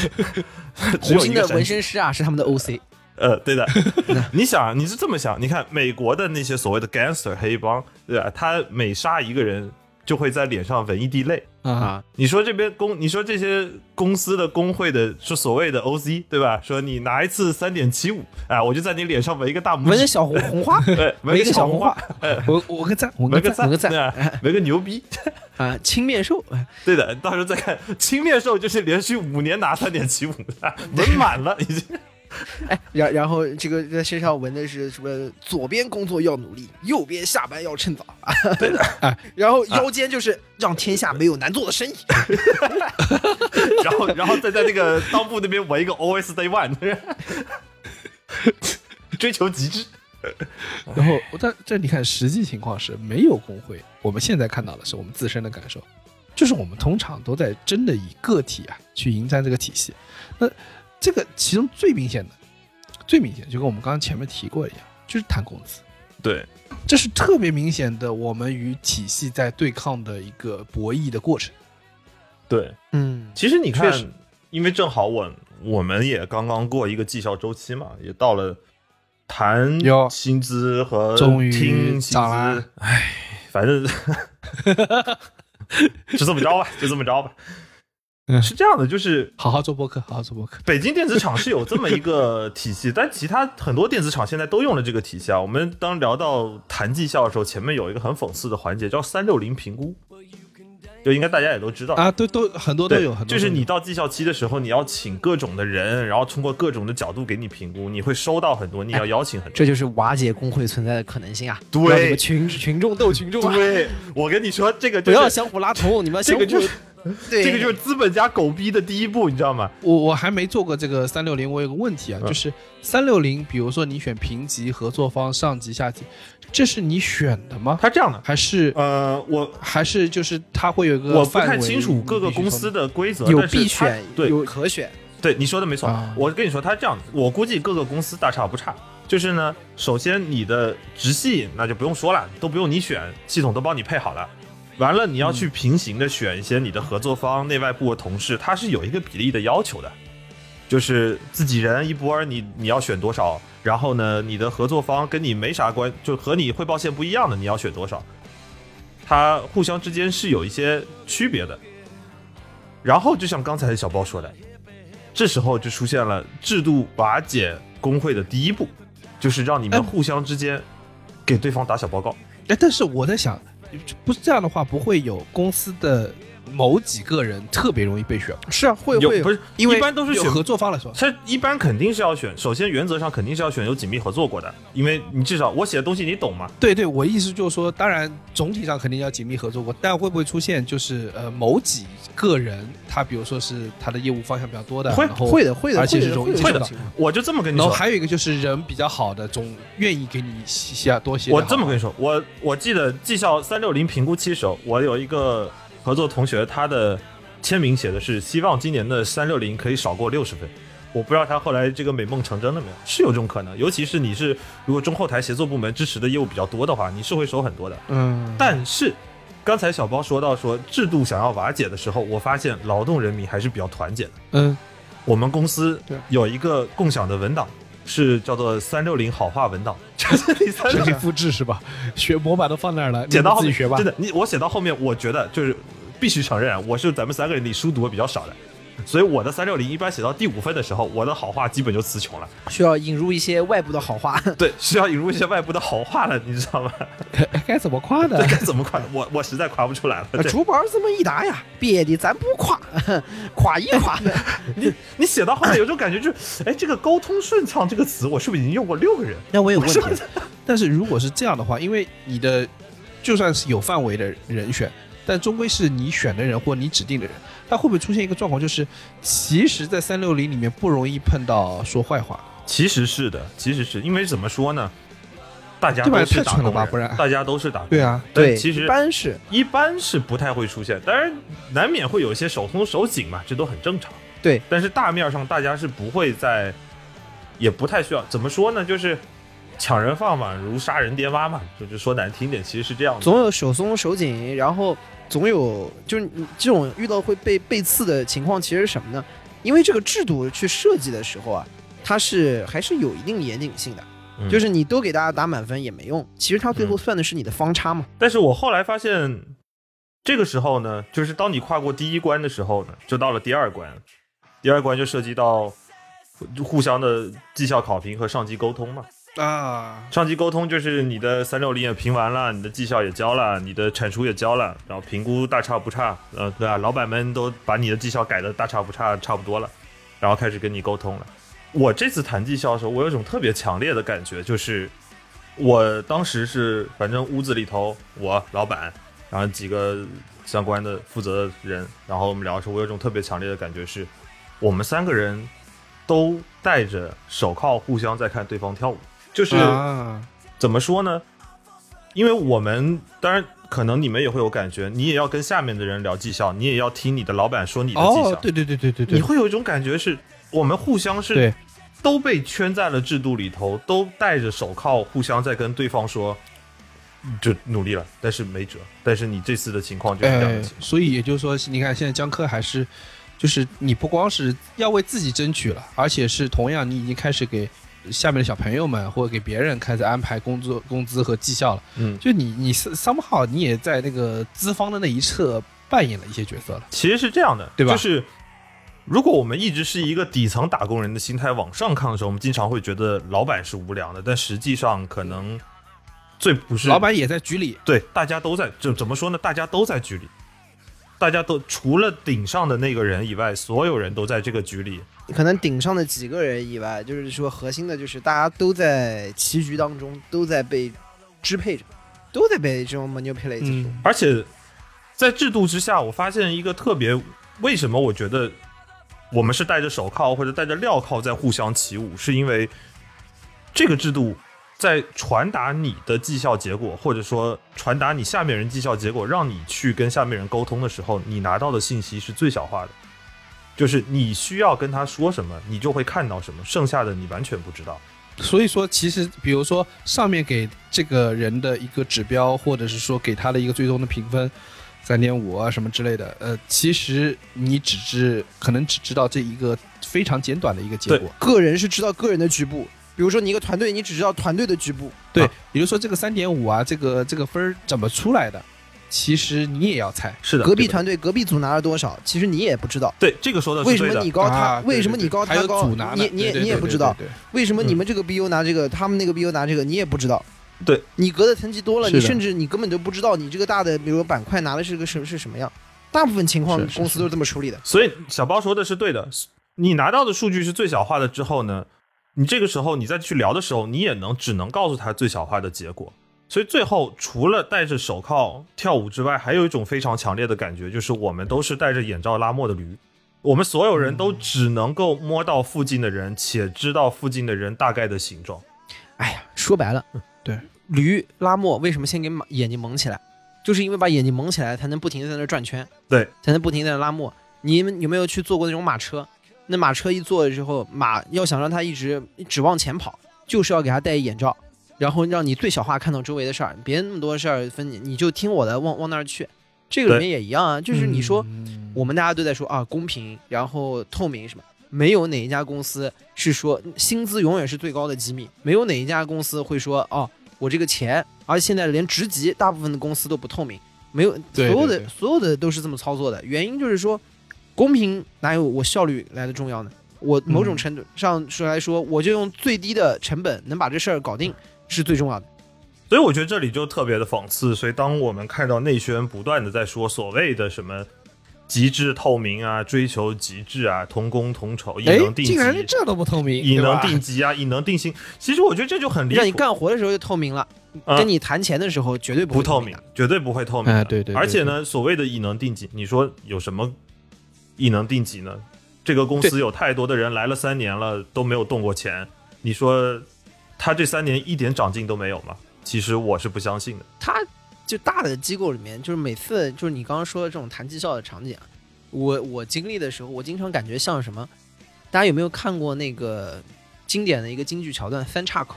红只有一星个的山纹身师啊，是他们的 OC。呃，对的。 [laughs] 你想啊，你是这么想，你看美国的那些所谓的 gangster 黑帮，对吧？他每杀一个人，就会在脸上纹一滴泪。啊，你说这边公，你说这些公司的工会的，说所谓的 OZ，对吧？说你拿一次三点七五，哎，我就在你脸上纹一个大拇纹指个，小红红花，对，纹一个小红花，我我个赞，我纹个个赞，赞，纹个赞对吧纹个牛逼，啊，青面兽，哎对的，到时候再看青面兽，就是连续五年拿三点七五，纹满了已 [laughs] 经。哎，然然后这个在身上纹的是什么？左边工作要努力，右边下班要趁早，啊， [laughs] 然后腰间就是让天下没有难做的生意， [laughs] 然后，然后再在那个裆部那边纹一个 OS Day [laughs] One，追求极致。然后，但这你看，实际情况是没有工会。我们现在看到的是我们自身的感受，就是我们通常都在真的以个体啊去迎战这个体系。那这个其中最明显的，最明显就跟我们刚刚前面提过一样，就是谈工资，对，这是特别明显的我们与体系在对抗的一个博弈的过程。对，嗯，其实你确看实，因为正好我我们也刚刚过一个绩效周期嘛，也到了谈哟薪资和终于听薪涨啦资，哎，[laughs] 反正就这么着吧，就这么着吧。嗯是这样的，就是好好做播客，好好做播客。北京电子厂是有这么一个体系，但其他很多电子厂现在都用了这个体系啊。我们当聊到谈绩效的时候，前面有一个很讽刺的环节叫“三六零评估”，就应该大家也都知道。嗯啊，对，都很多都对，有，很多就是都有你到绩效期的时候，你要请各种的人，然后通过各种的角度给你评估，你会收到很多，你也要邀请很多。这就是瓦解工会存在的可能性啊！对让你们群群众斗群众 [laughs] 啊！对，我跟你说，这个不就要是相互拉仇，你们这相互个就是对，这个就是资本家狗逼的第一步，你知道吗？我我还没做过这个三六零，我有个问题啊，嗯就是三六零，比如说你选评级、合作方、上级、下级，这是你选的吗？他这样的，还是呃，我还是就是它会有一个我不太范围清楚各个公司你的规则，有但是必它选，对有可选，对，你说的没错。啊我跟你说，他这样，我估计各个公司大差不差。就是呢，首先你的直系那就不用说了，都不用你选，系统都帮你配好了。完了，你要去平行的选一些你的合作方、内外部的同事，他是有一个比例的要求的，就是自己人一波儿你，你要选多少，然后呢，你的合作方跟你没啥关，就和你汇报线不一样的，你要选多少，它互相之间是有一些区别的。然后就像刚才小包说的，这时候就出现了制度瓦解工会的第一步，就是让你们哎互相之间给对方打小报告。评分哎，但是我在想，不是这样的话，不会有公司的某几个人特别容易被选吗？是啊，会有会不是因为一般都是有选合作方来说，他一般肯定是要选，首先原则上肯定是要选有紧密合作过的，因为你至少我写的东西你懂嘛。对对，我意思就是说，当然总体上肯定要紧密合作过，但会不会出现就是呃某几个人，他比如说是他的业务方向比较多的，会然后会的会的而且会是的容易会接会受的到。，我就这么跟你然后说。还有一个就是人比较好的，总愿意给你写多写。我这么跟你说，我我记得绩效三六零评估期时候，我有一个合作同学，他的签名写的是希望今年的三六零可以少过六十分。我不知道他后来这个美梦成真了没有，是有这种可能。尤其是你是如果中后台协作部门支持的业务比较多的话，你是会收很多的。嗯，但是刚才小包说到说制度想要瓦解的时候，我发现劳动人民还是比较团结的。 [laughs] 嗯，我们公司对有一个共享的文档，是叫做三六零好话文档， [laughs] 就是你三六这零是复制是吧？学模板都放那儿了，写到你后自己面学吧真。的，你我写到后面，我觉得就是必须承认啊，我是咱们三个人里书读的比较少的。所以我的三六零一般写到第五份的时候，我的好话基本就词穷了。需要引入一些外部的好话。对，需要引入一些外部的好话了，你知道吗？ [laughs] 该怎么夸呢这？该怎么夸？我我实在夸不出来了。哎 [laughs] 对竹板这么一打呀，别的咱不 [laughs] 夸，夸一夸。你你写到后面有种感觉，就是哎，这个沟通顺畅这个词，我是不是已经用过六个人？ [laughs] 那我有问题我是不了是，但是如果是这样的话，因为你的就算是有范围的人选，但终归是你选的人或你指定的人，那会不会出现一个状况，就是其实，在三六零里面不容易碰到说坏话，其实是的，其实是因为怎么说呢？大家对吧都是太打蠢工了人，吧不然大家都是打工人。对啊但对，其实一般是一般是不太会出现，当然难免会有一些手松手紧嘛，这都很正常。对，但是大面上大家是不会在，也不太需要怎么说呢？就是抢人饭碗如杀人爹妈嘛，就是说难听点，其实是这样的。总有手松手紧，然后总有就是你这种遇到会被被刺的情况，其实是什么呢？因为这个制度去设计的时候啊，它是还是有一定严谨性的。嗯就是你都给大家打满分也没用，其实它最后嗯算的是你的方差嘛。但是我后来发现，这个时候呢，就是当你跨过第一关的时候呢，就到了第二关，第二关就涉及到互相的绩效考评和上级沟通嘛。啊，上级沟通就是你的三六零也评完了，你的绩效也交了，你的产出也交了，然后评估大差不差，呃，对啊，老板们都把你的绩效改的大差不差，差不多了，然后开始跟你沟通了。我这次谈绩效的时候，我有一种特别强烈的感觉，就是我当时是反正屋子里头，我老板，然后几个相关的负责人，然后我们聊的时候，我有一种特别强烈的感觉是，我们三个人都戴着手铐，互相在看对方跳舞，就是。啊，怎么说呢？因为我们当然可能你们也会有感觉，你也要跟下面的人聊绩效，你也要听你的老板说你的绩效，哦，对对对对对你对，会有一种感觉是，我们互相是对都被圈在了制度里头，都戴着手铐，互相在跟对方说，就努力了，但是没辙，但是你这次的情况就是这样的哎情，所以也就是说，你看现在江科还是，就是你不光是要为自己争取了，而且是同样你已经开始给下面的小朋友们或者给别人开始安排工作、工资和绩效了。嗯就你你 somehow 你也在那个资方的那一侧扮演了一些角色了。其实是这样的，对吧就是如果我们一直是一个底层打工人的心态往上看的时候，我们经常会觉得老板是无良的，但实际上可能最不是老板也在局里，对，大家都在，就怎么说呢？大家都在局里，大家都除了顶上的那个人以外，所有人都在这个局里。可能顶上的几个人以外，就是说核心的就是大家都在棋局当中，都在被支配着，都在被这种 manipulate 着。嗯，而且在制度之下，我发现一个特别，为什么我觉得我们是戴着手铐或者戴着镣铐在互相起舞，是因为这个制度在传达你的绩效结果，或者说传达你下面人绩效结果，让你去跟下面人沟通的时候，你拿到的信息是最小化的。就是你需要跟他说什么，你就会看到什么，剩下的你完全不知道。所以说其实比如说上面给这个人的一个指标，或者是说给他的一个最终的评分。三点五啊，什么之类的，呃，其实你只知可能只知道这一个非常简短的一个结果，个人是知道个人的局部，比如说你一个团队，你只知道团队的局部。对啊，比如说这个三点五啊，这个这个分儿怎么出来的，其实你也要猜。是的，隔壁对吧团队、隔壁组拿了多少，其实你也不知道。对这个说的为是什对么的你。高他啊？对为什么对你高还他有高阻挠？你呢？你对也对你也对不对嗯知道。对对为什么你们这个 BU 拿这个，他们那个 BU 拿这个，你也不知道？对，你隔的层级多了，是你的甚至你根本就不知道你这个大的，比如板块拿的是个什是什么样。大部分情况是是公司都是这么处理的。所以小包说的是对的，你拿到的数据是最小化的之后呢，你这个时候你再去聊的时候，你也能只能告诉他最小化的结果。所以最后除了戴着手铐跳舞之外，还有一种非常强烈的感觉，就是我们都是戴着眼罩拉磨的驴。我们所有人都只能够摸到附近的人，且知道附近的人大概的形状。哎呀，说白了，对驴拉磨为什么先给马眼睛蒙起来，就是因为把眼睛蒙起来，才能不停的在那转圈，对，才能不停的在那拉磨。你们有没有去坐过那种马车？那马车一坐的时候，马要想让它一直只往前跑，就是要给它戴一眼罩，然后让你最小化看到周围的事儿，别那么多事儿分你，你就听我的，往往那儿去。这个里面也一样啊，就是你说、嗯我们大家都在说啊公平，然后透明什么，没有哪一家公司是说薪资永远是最高的机密，没有哪一家公司会说哦我这个钱，而现在连职级大部分的公司都不透明，没有所对有的对对所有的都是这么操作的，原因就是说公平哪有我效率来的重要呢？我某种程度上说来说，我就用最低的成本能把这事儿搞定是最重要的。所以我觉得这里就特别的讽刺。所以当我们看到内宣不断的在说所谓的什么极致透明啊、追求极致啊、同工同酬、以哎能，定竟然级、这都不透明，以对能吧定级啊、以能定薪，其实我觉得这就很离谱。让你干活的时候就透明了，啊跟你谈钱的时候绝对不不会透明明的。，绝对不会透明的。哎对对对而且呢，所谓的以能定级，你说有什么以能定级呢？这个公司有太多的人来了三年了都没有动过钱，你说他这三年一点长进都没有吗？其实我是不相信的。他就大的机构里面，就是每次就是你刚刚说的这种谈绩效的场景啊，我我经历的时候，我经常感觉像什么？大家有没有看过那个经典的一个京剧桥段《三岔口》？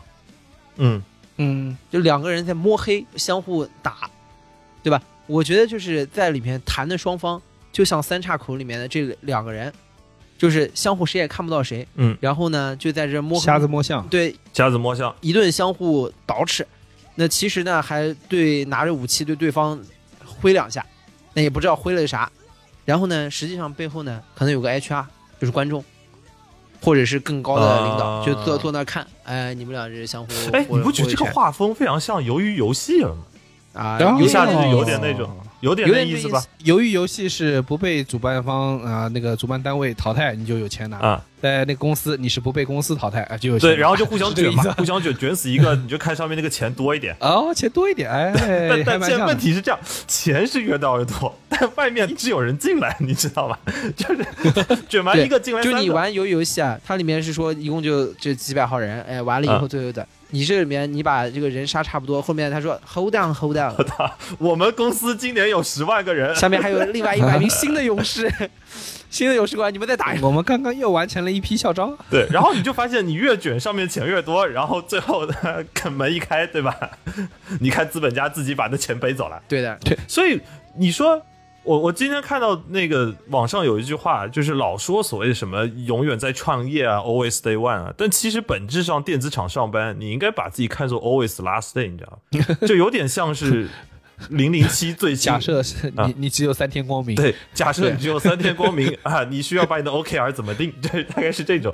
嗯，嗯，就两个人在摸黑相互打，对吧？我觉得就是在里面谈的双方，就像三岔口里面的这两个人，就是相互谁也看不到谁，嗯然后呢就在这摸黑瞎子摸象，对瞎子摸象，一顿相互捯饬。那其实呢，还对拿着武器对对方挥两下，那也不知道挥了啥。然后呢，实际上背后呢，可能有个 HR，就是观众，或者是更高的领导，啊就坐坐那儿看。哎，你们俩这相互哎，你不觉得这个话画风非常像《鱿鱼游戏》了吗？啊？然后一下子就有意思点那种，有点有那点意这思吧？？由于游戏是不被主办方啊、那个主办单位淘汰，你就有钱拿；啊，在那个公司你是不被公司淘汰啊，就有钱拿。对，然后就互相 [laughs] 是这个卷意嘛思，啊互相卷，卷死一个你就看上面那个钱多一点。哦，钱多一点，哎，但还但蛮现在像问的。题是这样，钱是越到越多，但外面是有人进来，你知道吧？ [laughs] 就是卷完一个进来三就个，你玩游游戏啊，它里面是说一共就这几百号人，哎，完了以后对对对，你这里面你把这个人杀差不多，后面他说 hold down hold [laughs] down，我们公司今年有十万个人，下面还有另外一百名新 [laughs] 的勇士， [laughs] 新的勇士过来，你们再打一波。我们刚刚又完成了一批校招， [laughs] 对，然后你就发现你越卷上面钱越多，然后最后呃 [laughs] 门一开，对吧？ [laughs] 你看资本家自己把那钱背走了，对 [laughs] 的，所以你说。我我今天看到那个网上有一句话，就是老说所谓什么永远在创业啊，always day one 啊，但其实本质上电子厂上班，你应该把自己看作 always last day，你知道 [laughs] 吗？就有点像是零零七最新假设是你、啊你只有三天光明，对，假设你只有三天光明 [laughs] 啊，你需要把你的 OKR 怎么定？ [laughs] 这大概是这种，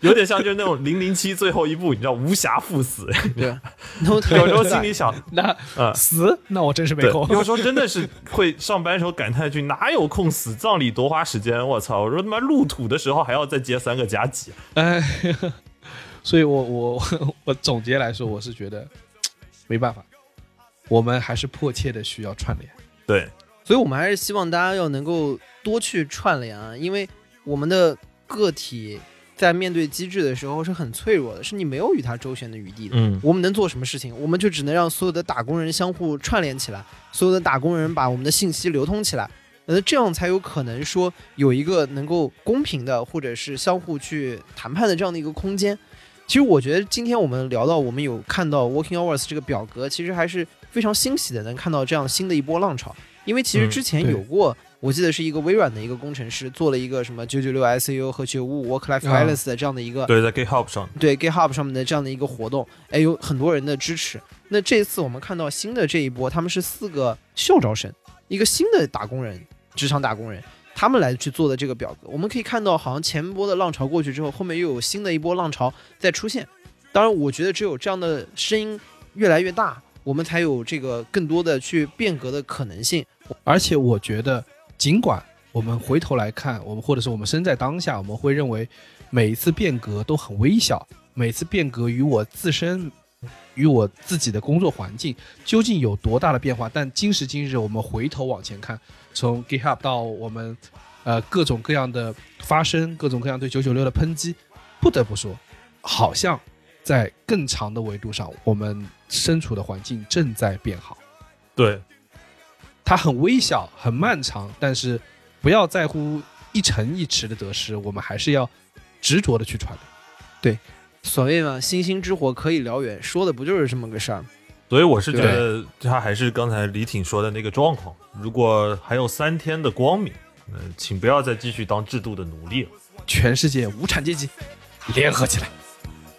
有点像就是那种零零七最后一步，你知道无暇 [laughs] 赴死。对，no 有时候心里想，那、嗯死，那我真是没对空，。有时候真的是会上班的时候感叹一句：哪有空死葬礼多花时间？我操！我说他妈入土的时候还要再接三个加急。 [laughs] 哎， [laughs] 所以我我我总结来说，我是觉得没办法，我们还是迫切的需要串联。对，所以我们还是希望大家要能够多去串联啊，因为我们的个体在面对机制的时候是很脆弱的，是你没有与它周旋的余地的。嗯，我们能做什么事情？我们就只能让所有的打工人相互串联起来，所有的打工人把我们的信息流通起来，呃，这样才有可能说有一个能够公平的或者是相互去谈判的这样的一个空间。其实我觉得今天我们聊到，我们有看到 Working Hours 这个表格，其实还是非常欣喜的，能看到这样新的一波浪潮。因为其实嗯之前对有过，我记得是一个微软的一个工程师做了一个什么九九六 ICU 和九五 Work Life 啊 Balance 的这样的一个对，在 GitHub 上，对 GitHub 上面的这样的一个活动，哎，有很多人的支持。那这次我们看到新的这一波，他们是四个校招生，一个新的打工人，职场打工人，他们来去做的这个表格，我们可以看到，好像前波的浪潮过去之后，后面又有新的一波浪潮在出现。当然，我觉得只有这样的声音越来越大，我们才有这个更多的去变革的可能性。而且我觉得，尽管我们回头来看，我们或者是我们身在当下，我们会认为每一次变革都很微小，每次变革与我自身。与我自己的工作环境究竟有多大的变化？但今时今日，我们回头往前看，从 GitHub 到我们，呃，各种各样的发声，各种各样对九九六的抨击，不得不说，好像在更长的维度上，我们身处的环境正在变好。对，它很微小、很漫长，但是不要在乎一城一池的得失，我们还是要执着的去传递。所谓嘛，星星之火可以燎原，说的不就是这么个事儿吗？所以我是觉对得他还是刚才李挺说的那个状况，如果还有三天的光明，嗯、请不要再继续当制度的奴隶了。全世界无产阶级联合起来！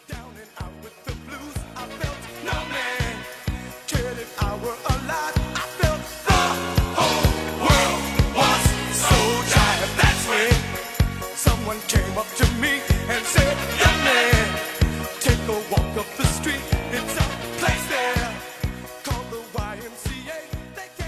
down and out with the blues. I felt no man. Cared if I were alive. I felt the whole world was so tired. That's when up to me and said, Young man, take a walk up the street. It's a place there called the YMCA. They can't